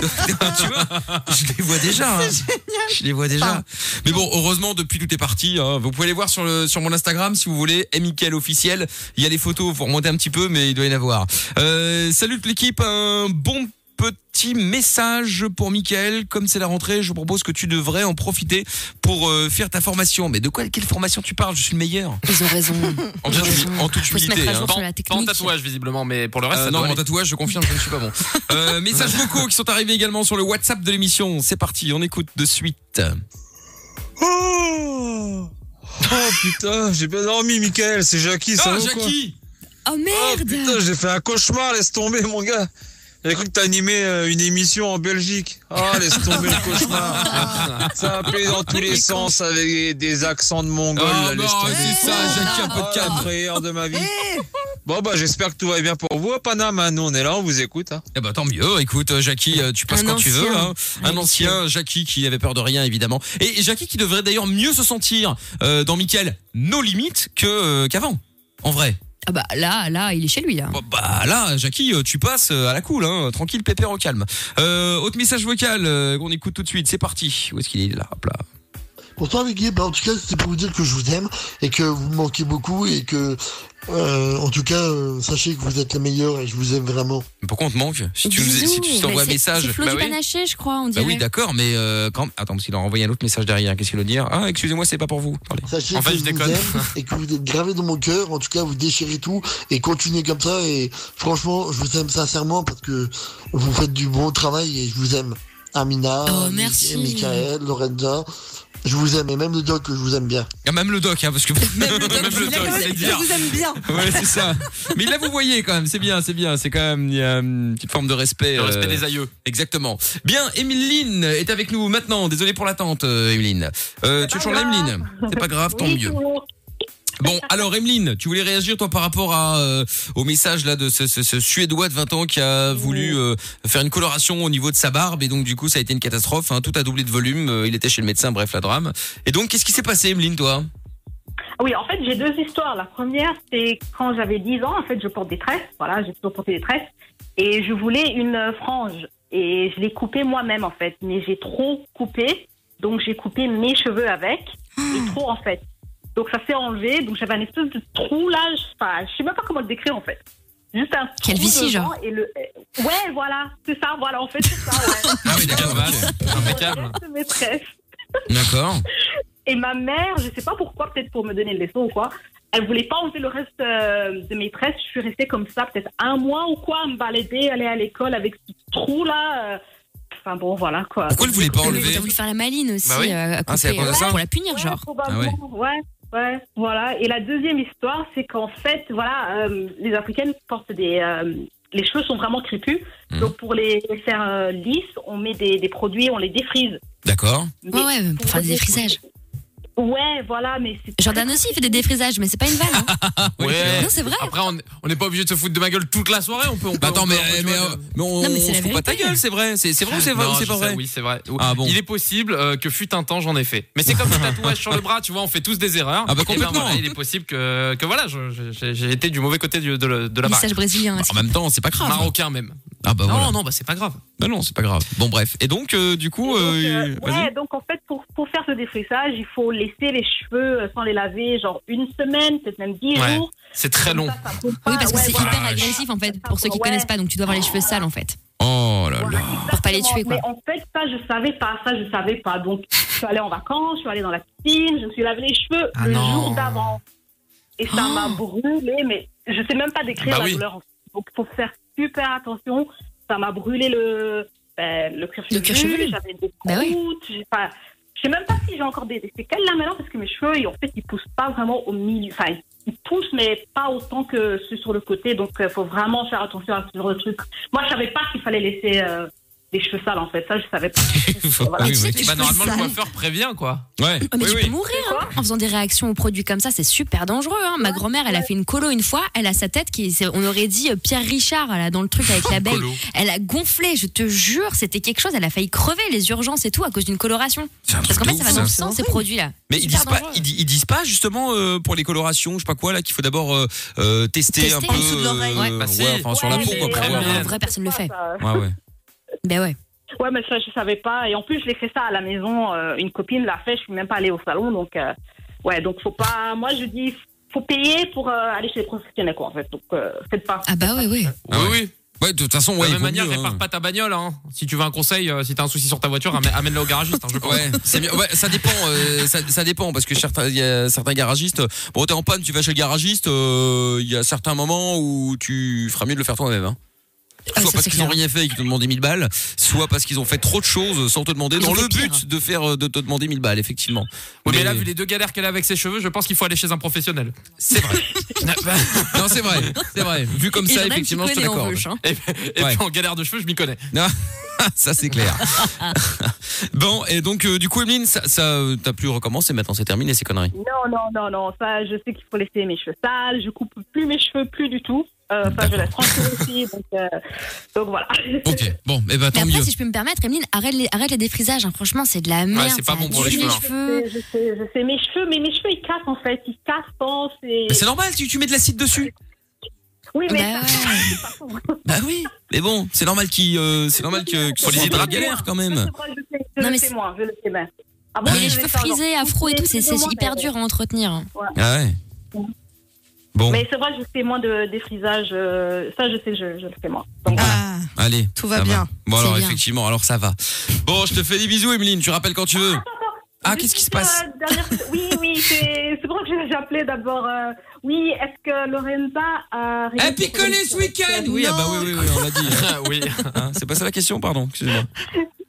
S2: Tu vois Je les vois déjà. hein. Je les vois déjà. Mais bon, heureusement, depuis tout est parti. hein. Vous pouvez les voir sur, le, sur mon Instagram si vous voulez. Michael officiel. Il y a les photos. Faut remonter un petit peu, mais il doit y en avoir. Euh, salut toute l'équipe. Un bon petit message pour Michael. Comme c'est la rentrée, je propose que tu devrais en profiter pour euh, faire ta formation. Mais de quoi, quelle formation tu parles Je suis le meilleur.
S4: Ils ont raison.
S2: En, toute humil- en toute humilité. hein.
S5: Pas en- pas en tatouage, visiblement, mais pour le reste,
S2: Euh,
S5: ça
S2: non,
S5: doit
S2: mon
S5: aller.
S2: tatouage, je confirme, je ne suis pas bon. Euh, messages vocaux qui sont arrivés également sur le WhatsApp de l'émission. C'est parti, on écoute de suite.
S11: Oh, Oh, putain, j'ai bien dormi, Michael. C'est Jackie, ça
S2: Ah,
S11: va ou
S2: Jackie
S11: quoi Oh merde Putain, j'ai fait un cauchemar, laisse tomber, mon gars. J'ai cru que t'animais euh, une émission en Belgique. Ah, laisse tomber le cauchemar. Ça appelait dans tous les sens avec des accents de mongol.
S2: Ah,
S11: Oh là,
S2: bah,
S11: laisse tomber.
S2: c'est ça, Jackie, un peu de
S11: Ah,
S2: calme.
S11: la frayeur de ma vie.
S4: Eh
S11: Bon, bah, j'espère que tout va bien pour vous à Paname. hein. Nous, on est là, on vous écoute. Hein.
S2: Eh ben tant mieux, écoute euh, Jackie, euh, tu passes
S11: Un
S2: quand tu veux.
S11: ancien.
S2: hein. Un ancien Jackie qui avait peur de rien évidemment. Et Jackie qui devrait d'ailleurs mieux se sentir euh, dans Michael nos limites que euh, qu'avant. En vrai.
S4: Ah bah là, là, il est chez lui là.
S2: Bah là, Jackie, euh, tu passes euh, à la cool, hein, tranquille, pépère au calme. Euh, autre message vocal euh, qu'on écoute tout de suite, c'est parti. Où est-ce qu'il est là Hop là.
S12: Bonsoir les gays, Bah, en tout cas c'était pour vous dire que je vous aime et que vous me manquez beaucoup et que euh, en tout cas euh, sachez que vous êtes la meilleure et je vous aime vraiment.
S2: Mais pourquoi on te manque Si tu, nous- si tu
S4: Bisous.
S2: t'envoies un
S4: Mais c'est-
S2: message.
S4: C'est Flo
S2: bah
S4: du
S2: oui.
S4: panaché, je crois, on
S2: Bah
S4: dirait.
S2: oui, d'accord, mais euh, quand. Attends, parce qu'il a envoyé un autre message derrière. Qu'est-ce qu'il veut dire Ah, excusez-moi, c'est pas pour vous. Attendez.
S12: Sachez que je vous aime et que vous êtes gravé dans mon cœur, en tout cas vous déchirez tout et continuez comme ça et franchement je vous aime sincèrement parce que vous faites du bon travail et je vous aime. Amina,
S4: Oh,
S12: Mi-
S4: Ah,
S12: Michael, Lorenza, je vous aime et même le doc je vous aime bien.
S2: Ah, même le doc, hein, parce que. même le doc, c'est dire.
S3: aime bien.
S2: Ouais, c'est ça. Mais là, vous voyez quand même, c'est bien, c'est bien. C'est quand même il y a hum, une petite forme de respect. euh,
S5: Le respect des aïeux.
S2: Exactement. Bien, Emeline est avec nous maintenant. Désolé pour l'attente, euh, Emeline. Euh, tu es toujours là, Emeline C'est pas grave, tant mieux. Bon, alors Emeline, tu voulais réagir toi par rapport à euh, au message là de ce, ce- ce Suédois de 20 ans qui a voulu euh, faire une coloration au niveau de sa barbe et donc du coup ça a été une catastrophe. hein. tout a doublé de volume. euh, il était chez le médecin, bref la drame. Et donc qu'est-ce qui s'est passé, Emeline, toi
S7: Oui, en fait, j'ai deux histoires. La première, c'est quand j'avais 10 ans, en fait, je porte des tresses. Voilà, j'ai toujours porté des tresses. Et je voulais une euh, frange. Et je l'ai coupée moi-même, en fait. Mais j'ai trop coupé. Donc, j'ai coupé mes cheveux avec. Et trop, en fait. Donc, ça s'est enlevé. Donc, j'avais un espèce de trou là. Je, enfin, je sais même pas comment le décrire, en fait. Juste un trou.
S4: Calvitie,
S7: devant
S4: genre.
S7: Et le... Ouais, voilà. C'est ça, voilà. En fait, c'est ça, ouais.
S5: Ah, Impeccable.
S7: C'est mes tresses.
S2: D'accord.
S7: Et ma mère, je sais pas pourquoi, peut-être pour me donner le leçon ou quoi, elle voulait pas enlever le reste euh, de mes tresses. Je suis restée comme ça, peut-être un mois ou quoi, à me balader, aller à l'école avec ce trou là. euh. Enfin bon, voilà quoi.
S2: Pourquoi elle voulait pas
S4: Elle a voulu faire la maline aussi,
S7: Bah oui.
S4: euh, à
S7: Ah, c'est à
S4: couper,
S7: cause de
S4: euh,
S7: ça
S4: pour la punir, genre.
S7: Probablement, ouais. Ouais, voilà. Et la deuxième histoire, c'est qu'en fait, voilà, euh, les Africaines portent des. euh, les cheveux sont vraiment crépus. Donc, pour les faire euh, lisses, on met des, des produits, on les défrise.
S2: D'accord.
S4: Ouais, ouais, pour faire des défrisages.
S7: Ouais, voilà, mais c'est.
S4: Jordan aussi, il fait des défrisages, mais c'est pas une vanne.
S2: Ah,
S4: hein.
S5: Ouais.
S4: Non, c'est vrai.
S5: Après, on on n'est pas obligé de se foutre de ma gueule toute la soirée. On peut. On peut
S2: Bah, attends,
S5: on
S2: mais,
S5: peut- on peut-
S2: mais,
S5: tu vois,
S2: euh, mais on,
S5: Non, mais c'est
S2: on
S5: la
S2: se fout pas ta
S5: vérité.
S4: hein.
S2: gueule, c'est vrai. C'est c'est vrai ou c'est vrai
S5: Non,
S2: ou c'est
S5: je
S2: pas
S5: sais,
S2: vrai
S5: Oui, c'est vrai.
S2: Ah bon.
S5: Il est possible euh, que fut un temps, j'en ai fait. Mais c'est comme le tatouage sur le bras, tu vois, on fait tous des erreurs.
S2: Ah bah,
S5: Et ben,
S2: complètement.
S5: voilà, il est possible que, que voilà, je- je- j'ai j'ai été du mauvais côté du- de, la- de la barre.
S4: Message brésilien. est-ce
S2: En même temps, c'est pas grave.
S5: Marocain même.
S2: Ah bah
S5: non,
S2: voilà.
S5: non, bah c'est pas grave.
S2: Bah non, c'est pas grave. Bon bref. Et donc euh, du coup, euh, vas-y.
S7: Ouais, donc en fait, pour, pour faire ce défrisage, il faut laisser les cheveux euh, sans les laver, genre une semaine, peut-être même dix
S5: Ouais.
S7: jours.
S5: C'est très long.
S2: Euh,
S7: Oui,
S2: Ah,
S4: Oui, parce que c'est
S5: voilà.
S4: hyper agressif en fait, pour ceux qui connaissent pas, donc tu dois avoir les cheveux sales en fait.
S2: Oh là là.
S4: Pour pas les tuer quoi.
S7: Mais en fait, ça, je savais pas. Ça, je savais pas. Donc, je suis allée en vacances, je suis allée dans la piscine, je me suis lavé les cheveux
S5: Ah
S7: le
S5: non. Oh.
S7: jour d'avant. Et ça m'a brûlé, mais je sais même pas décrire
S5: Bah
S7: la
S5: oui.
S7: douleur. Donc, faut faire super attention. Ça m'a brûlé le, ben, le cuir
S4: Le
S7: chevelu,
S4: cuir chevelu.
S7: j'avais des croûtes.
S4: Bah oui.
S7: j'ai pas- je sais même pas si j'ai encore des, des séquelles là maintenant parce que mes cheveux, ils- en fait, ils poussent pas vraiment au milieu. Enfin, ils poussent, mais pas autant que ceux sur le côté. Donc, il faut vraiment faire attention à ce genre de truc. Moi, je savais pas qu'il fallait laisser euh, des cheveux sales en fait. Ça, je savais pas.
S2: Voilà.
S5: Oui, oui.
S4: que
S5: Bah,
S4: je
S5: normalement,
S4: fais
S5: le
S4: ça.
S5: coiffeur prévient, quoi.
S2: Ouais.
S4: Oh, mais tu peux mourir hein. en faisant des réactions aux produits comme ça, c'est super dangereux. hein. Ma grand-mère, elle a fait une colo une fois, elle a sa tête qui, c'est- on aurait dit euh, Pierre Richard là, dans le truc avec l'abeille.
S2: Colo.
S4: Elle a gonflé, je te jure, c'était quelque chose. Elle a failli crever les urgences et tout à cause d'une coloration. Parce qu'en
S2: de
S4: fait,
S2: ouf,
S4: ça va
S2: ça.
S4: dans le sang ces produits-là.
S2: Mais ils disent pas, ils, di- ils disent pas justement euh, pour les colorations, je sais pas quoi là, qu'il faut d'abord euh, euh, tester,
S4: Tester
S2: un
S4: en
S2: peu,
S4: dessous de l'oreille.
S2: euh,
S4: Ouais, bah si.
S2: ouais, enfin sur la
S4: Ouais,
S2: peau, quoi,
S4: mais
S2: pour voir. hein.
S4: En vrai, personne le fait.
S2: Ouais, ouais.
S4: Ben ouais.
S7: euh, Ouais, mais ça, je savais pas. Et en plus, je l'ai fait ça à la maison. Euh, une copine l'a fait. Je suis même pas allée au salon. Donc, euh, ouais, donc faut pas. Moi, je dis, faut payer pour euh, aller chez les professionnels, quoi, en fait. Donc, euh, faites pas.
S4: Ah, bah oui, oui.
S2: oui, oui. Ouais, de toute façon,
S5: de
S2: ouais,
S5: la
S2: il
S5: même
S2: vaut
S5: manière,
S2: mieux,
S5: répare
S2: hein.
S5: pas ta bagnole. Hein. Si tu veux un conseil, euh, si t'as un souci sur ta voiture, amè- amène-la au garagiste. hein, je pense.
S2: Ouais, c'est mieux. Ouais, ça dépend, euh, ça, ça dépend parce que certains, il y a certains garagistes. euh, Bon, t'es en panne, tu vas chez le garagiste. euh, Il y a certains moments où tu feras mieux de le faire toi-même. Hein.
S5: Ah,
S2: Soit parce qu'ils ont rien fait et qu'ils te demandé 1000 balles, soit parce qu'ils ont fait trop de choses sans te demander,
S5: Ils
S2: dans
S5: ont
S2: le
S5: fait pire.
S2: but de faire euh, de te demander 1000 balles, effectivement.
S5: Ouais, mais... là, vu les deux galères qu'elle a avec ses cheveux, je pense qu'il faut aller chez un professionnel.
S2: C'est vrai. non, c'est vrai, c'est vrai. Vu comme
S5: Et
S2: ça,
S5: Jordan,
S2: effectivement,
S5: s'y
S2: je te
S5: connaît en
S2: l'accorde.
S5: veuche, hein. Et, et
S2: Ouais.
S5: puis en galère de cheveux, je m'y connais.
S2: Non, ça c'est clair. bon, et donc euh, du coup, Emeline, ça, ça euh, t'as plus recommencé. Maintenant, c'est terminé ces conneries.
S7: Non, non, non, non. Ça, je sais qu'il faut laisser mes cheveux sales. Je coupe plus mes cheveux, plus du tout. Euh, Enfin, je laisse tranquille aussi. Donc, euh, donc voilà.
S2: Ok. Bon, et ben
S4: Mais
S2: tant
S4: après,
S2: mieux.
S4: si je peux me permettre, Emeline, arrête les, arrête les défrisages. hein. Franchement, c'est de la merde.
S2: c'est pas
S4: ça
S2: bon pour les
S4: tue
S2: cheveux, hein.
S7: Je sais, je sais, je sais. Mes cheveux, mais mes cheveux, ils cassent, en fait. Ils cassent, tant, c'est.
S2: Mais c'est normal, tu, tu mets de l'acide dessus.
S7: Oui, mais.
S4: Bah
S7: ça-
S2: Bah oui. Mais bon, c'est normal qu'il, euh, c'est normal que qu'il soit un
S7: Faut les
S2: peu
S7: hydrater.
S2: galère quand même.
S7: Je sais, je
S4: Non,
S7: le
S4: mais
S7: sais,
S4: c'est-
S7: moi. Je le sais, ben. Ah
S4: Mais
S7: je
S4: Oh, les
S7: vais
S4: cheveux
S7: faire genre-
S4: frisés, afro et tout, c'est c'est
S7: Excusez-moi,
S4: hyper
S7: mais-
S4: dur à entretenir. hein.
S2: Ah ouais. Bon,
S7: Mais c'est vrai, je fais moins de défrisage. euh, ça, je sais, je, je le fais moins.
S2: allez.
S3: Tout va
S2: ça
S3: bien.
S2: Bon alors
S3: C'est bien.
S2: effectivement, alors ça va. Bon, je te fais des bisous, Emeline. Tu rappelles quand tu veux. Ah, qu'est-ce qui se passe
S7: Euh, dernière- Oui, oui, c'est c'est pour ça que j'ai appelé d'abord. euh, Oui, est-ce que Lorenza a.
S2: Eh, picolé ce week-end Oui, ah bah oui, oui, oui, on l'a dit. oui. Hein, c'est pas ça la question, pardon. Excusez-moi.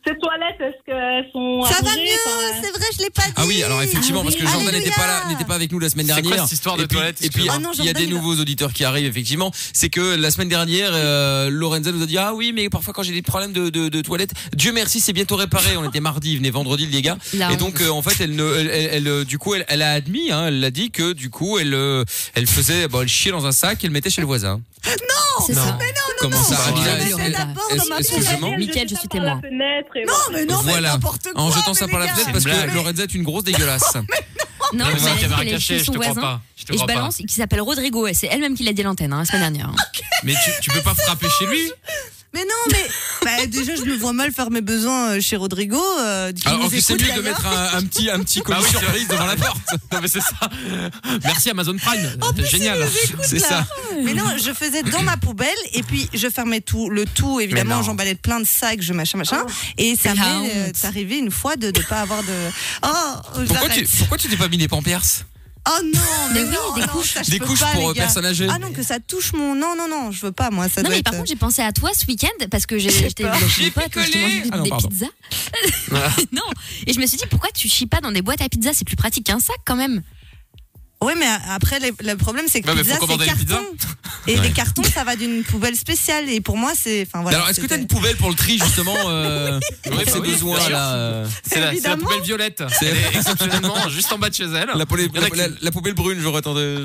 S7: Ces toilettes, est-ce qu'elles sont.
S3: Ça va
S7: arrangées,
S3: mieux, c'est vrai, je l'ai pas dit.
S2: Ah oui, alors effectivement, parce que Jordan n'était pas là, n'était pas avec nous la semaine
S5: C'est quoi
S2: dernière.
S5: cette histoire de
S2: et puis,
S5: toilette,
S2: Et puis,
S5: excuse-moi
S2: il y a-
S5: Ah non,
S2: il y a
S5: Jordan,
S2: des
S5: il a-
S2: nouveaux auditeurs qui arrivent, effectivement. C'est que la semaine dernière, euh, Lorenza nous a dit, ah oui, mais parfois quand j'ai des problèmes de, de, de toilette, Dieu merci, c'est bientôt réparé. On était mardi, il venait vendredi, le dégât.
S5: La
S3: Ah
S2: Et donc, euh, en fait, elle, ne, elle, elle- elle, euh, du coup, elle, elle a admis, hein, elle l'a dit que, du coup, elle, euh, elle faisait, bon, elle chiait dans un sac, elle mettait chez le voisin.
S3: Non
S2: C'est ça. Comment
S3: non,
S2: ça,
S3: c'est
S2: Amina,
S3: vrai,
S2: est-ce-
S3: je mettais d'abord
S2: est-ce-
S3: dans ma
S2: Excusez-moi.
S4: Mickaël, je suis témoin.
S7: Non,
S3: mais non, mais
S2: voilà.
S3: n'importe quoi.
S2: en jetant ça
S3: mais
S2: par la
S3: les gars.
S2: fenêtre parce que Lorenza est une grosse dégueulasse. mais
S4: Non, mais
S2: c'est la
S4: elle a
S2: caméra
S4: dit qu'elle
S2: cachée,
S4: est chez son
S2: je te crois
S4: voisin.
S2: pas. Je te
S4: Et je
S2: crois pas.
S4: balance, qui s'appelle Rodrigo. et C'est elle-même qui l'a dit à l'antenne hein, la semaine dernière.
S5: Mais tu, tu peux pas frapper chez lui
S3: Mais non, mais bah, déjà, je me vois mal faire mes besoins euh, chez Rodrigo. euh, qui
S2: Alors
S3: nous
S2: que c'est
S3: écoute
S2: mieux de
S3: d'ailleurs.
S2: mettre un, un petit, un petit colis
S5: Bah oui,
S2: surprise devant la porte.
S5: Non, mais c'est ça. Merci Amazon Prime.
S3: Ils
S5: Génial.
S3: nous écoutent, là. Mais non, je faisais dans ma poubelle et puis je fermais tout, le tout évidemment, j'emballais plein de sacs, je machin machin. Oh. Et ça
S4: La
S3: m'est euh,
S4: honte.
S3: arrivé une fois de ne pas avoir de. Oh,
S2: Pourquoi tu,
S3: j'arrête.
S2: pourquoi tu t'es pas mis des pampers
S3: Oh non, mais,
S4: Mais oui,
S3: non,
S4: des
S3: non,
S4: couches.
S3: ça, je
S2: Des
S3: peux
S2: couches
S3: pas,
S2: pour,
S3: les
S2: euh,
S3: gars.
S2: personnes âgées.
S3: Ah non, que ça touche mon. Non, non, non, je veux pas, moi. Ça
S4: Non,
S3: doit
S4: mais par
S3: être- euh,
S4: contre, j'ai pensé à toi ce week-end parce que j'ai- j'étais
S3: peur.
S4: chez
S3: J'ai
S4: des potes,
S3: picolé.
S4: justement, j'ai
S3: Ah non,
S4: des
S3: pardon.
S4: pizzas.
S2: Ah.
S4: non, et je me suis dit pourquoi tu chies pas dans des boîtes à pizza C'est plus pratique qu'un sac quand même.
S3: Ouais, mais après, les- le problème, c'est que
S2: Bah, mais
S3: pizza,
S2: faut
S3: c'est
S2: commander les
S3: carton. Et les cartons, ça va d'une poubelle spéciale. Et pour moi, c'est. Enfin, voilà.
S2: Alors, est-ce que t'as
S3: c'était-
S2: une poubelle pour le tri, justement, euh, pour
S5: Oui,
S2: ces
S5: bah oui, bien
S2: besoins,
S5: sûr.
S2: là euh,
S5: C'est la, c'est la
S3: Évidemment.
S5: poubelle violette.
S2: C'est-
S5: Elle est exceptionnellement juste en bas de chez elle.
S2: la, poubelle,
S5: Il y en a
S2: la- la- la poubelle brune, je attendais.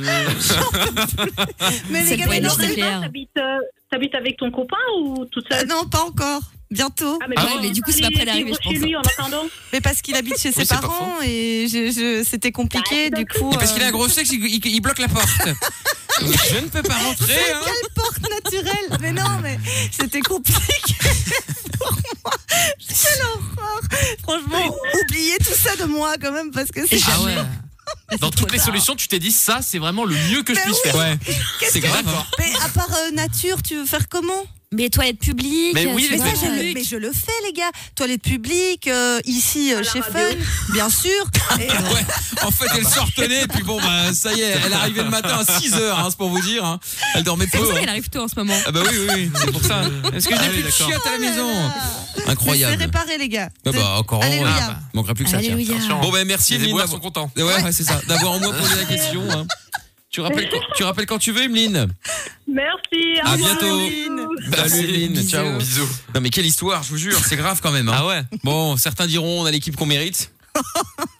S3: Mais les
S4: C'est
S3: gars,
S4: le
S3: mais
S4: point
S3: non,
S4: de nucléaire.
S7: T'habites euh, t'habites avec ton copain ou toute
S3: Ah
S7: seule
S3: non, pas encore. Bientôt.
S7: Ah, mais,
S4: Ah
S7: bon,
S4: ouais, mais du coup, c'est
S7: allez
S4: pas près d'arriver,
S7: vivre
S4: je
S7: chez
S4: pense.
S7: lui en attendant.
S3: Mais parce qu'il habite chez ses
S5: c'est pas
S3: parents et je, je- c'était compliqué, du coup.
S2: Et parce qu'il a
S3: euh,
S2: un gros sexe, il, il- il bloque la porte. je ne peux pas rentrer, hein.
S3: Quelle porte naturelle Mais non, mais c'était compliqué pour moi. Quelle horreur Franchement, oubliez tout ça de moi quand même parce que c'est
S5: Ah ouais. Dans toutes les solutions, tu t'es dit ça, c'est vraiment le mieux que je
S3: Mais
S5: puisse
S3: oui.
S5: faire.
S2: Ouais.
S3: Qu'est-ce
S5: C'est
S3: que-
S5: grave.
S3: Mais à part euh, nature, tu veux faire comment
S4: Mais toilettes publiques.
S3: Mais oui,
S4: tu
S3: mais
S4: vois,
S3: ça, je,
S4: euh,
S3: le- mais je le fais, les gars. Toilette publique, euh, ici, euh, chez Fun, bien sûr. Et, euh,
S2: En fait, elle se retenait, et puis bon, bah, ça y est, elle est arrivée le matin à 6h, hein, c'est pour vous dire. hein. Elle dormait
S4: C'est
S2: peu.
S4: pour ça
S2: hein.
S4: qu'elle arrive tôt en ce moment.
S2: Ah bah oui, Ah oui, oui, c'est pour ça. Est-ce
S5: Ah,
S2: que j'ai plus de chiottes à la maison
S3: C'est
S2: Oh Incroyable.
S3: réparé, les gars.
S2: Ah bah, encore heureux.
S3: Alléluia.
S2: Ah bah, manquerait plus que ça. tiens.
S3: Alléluia.
S2: Bon, bah, merci,
S5: Les
S2: Emeline.
S5: éboueurs
S2: d'avoir-
S5: sont contents.
S2: Ouais, ouais, c'est ça. D'avoir au moins posé la question. hein. Tu, rappelles, quand- tu rappelles quand tu veux, Emeline
S7: Merci.
S2: À
S7: au revoir,
S2: bientôt.
S7: Aline.
S2: Salut Emeline, ciao. Bisous. Non, mais quelle histoire, je vous jure, c'est grave quand même. Ah ouais Bon, certains diront, on a l'équipe qu'on mérite.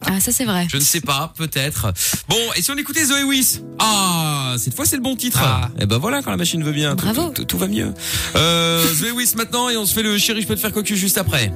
S4: Ah, ça, c'est vrai.
S2: Je ne sais pas, peut-être. Bon, et si on écoutait Zoé Wiss Ah, cette fois c'est le bon titre. Et ben voilà, quand la machine veut bien, tout- tout, tout va mieux. Euh, Zoé Wiss maintenant et on se fait le chéri, je peux te faire cocu juste après.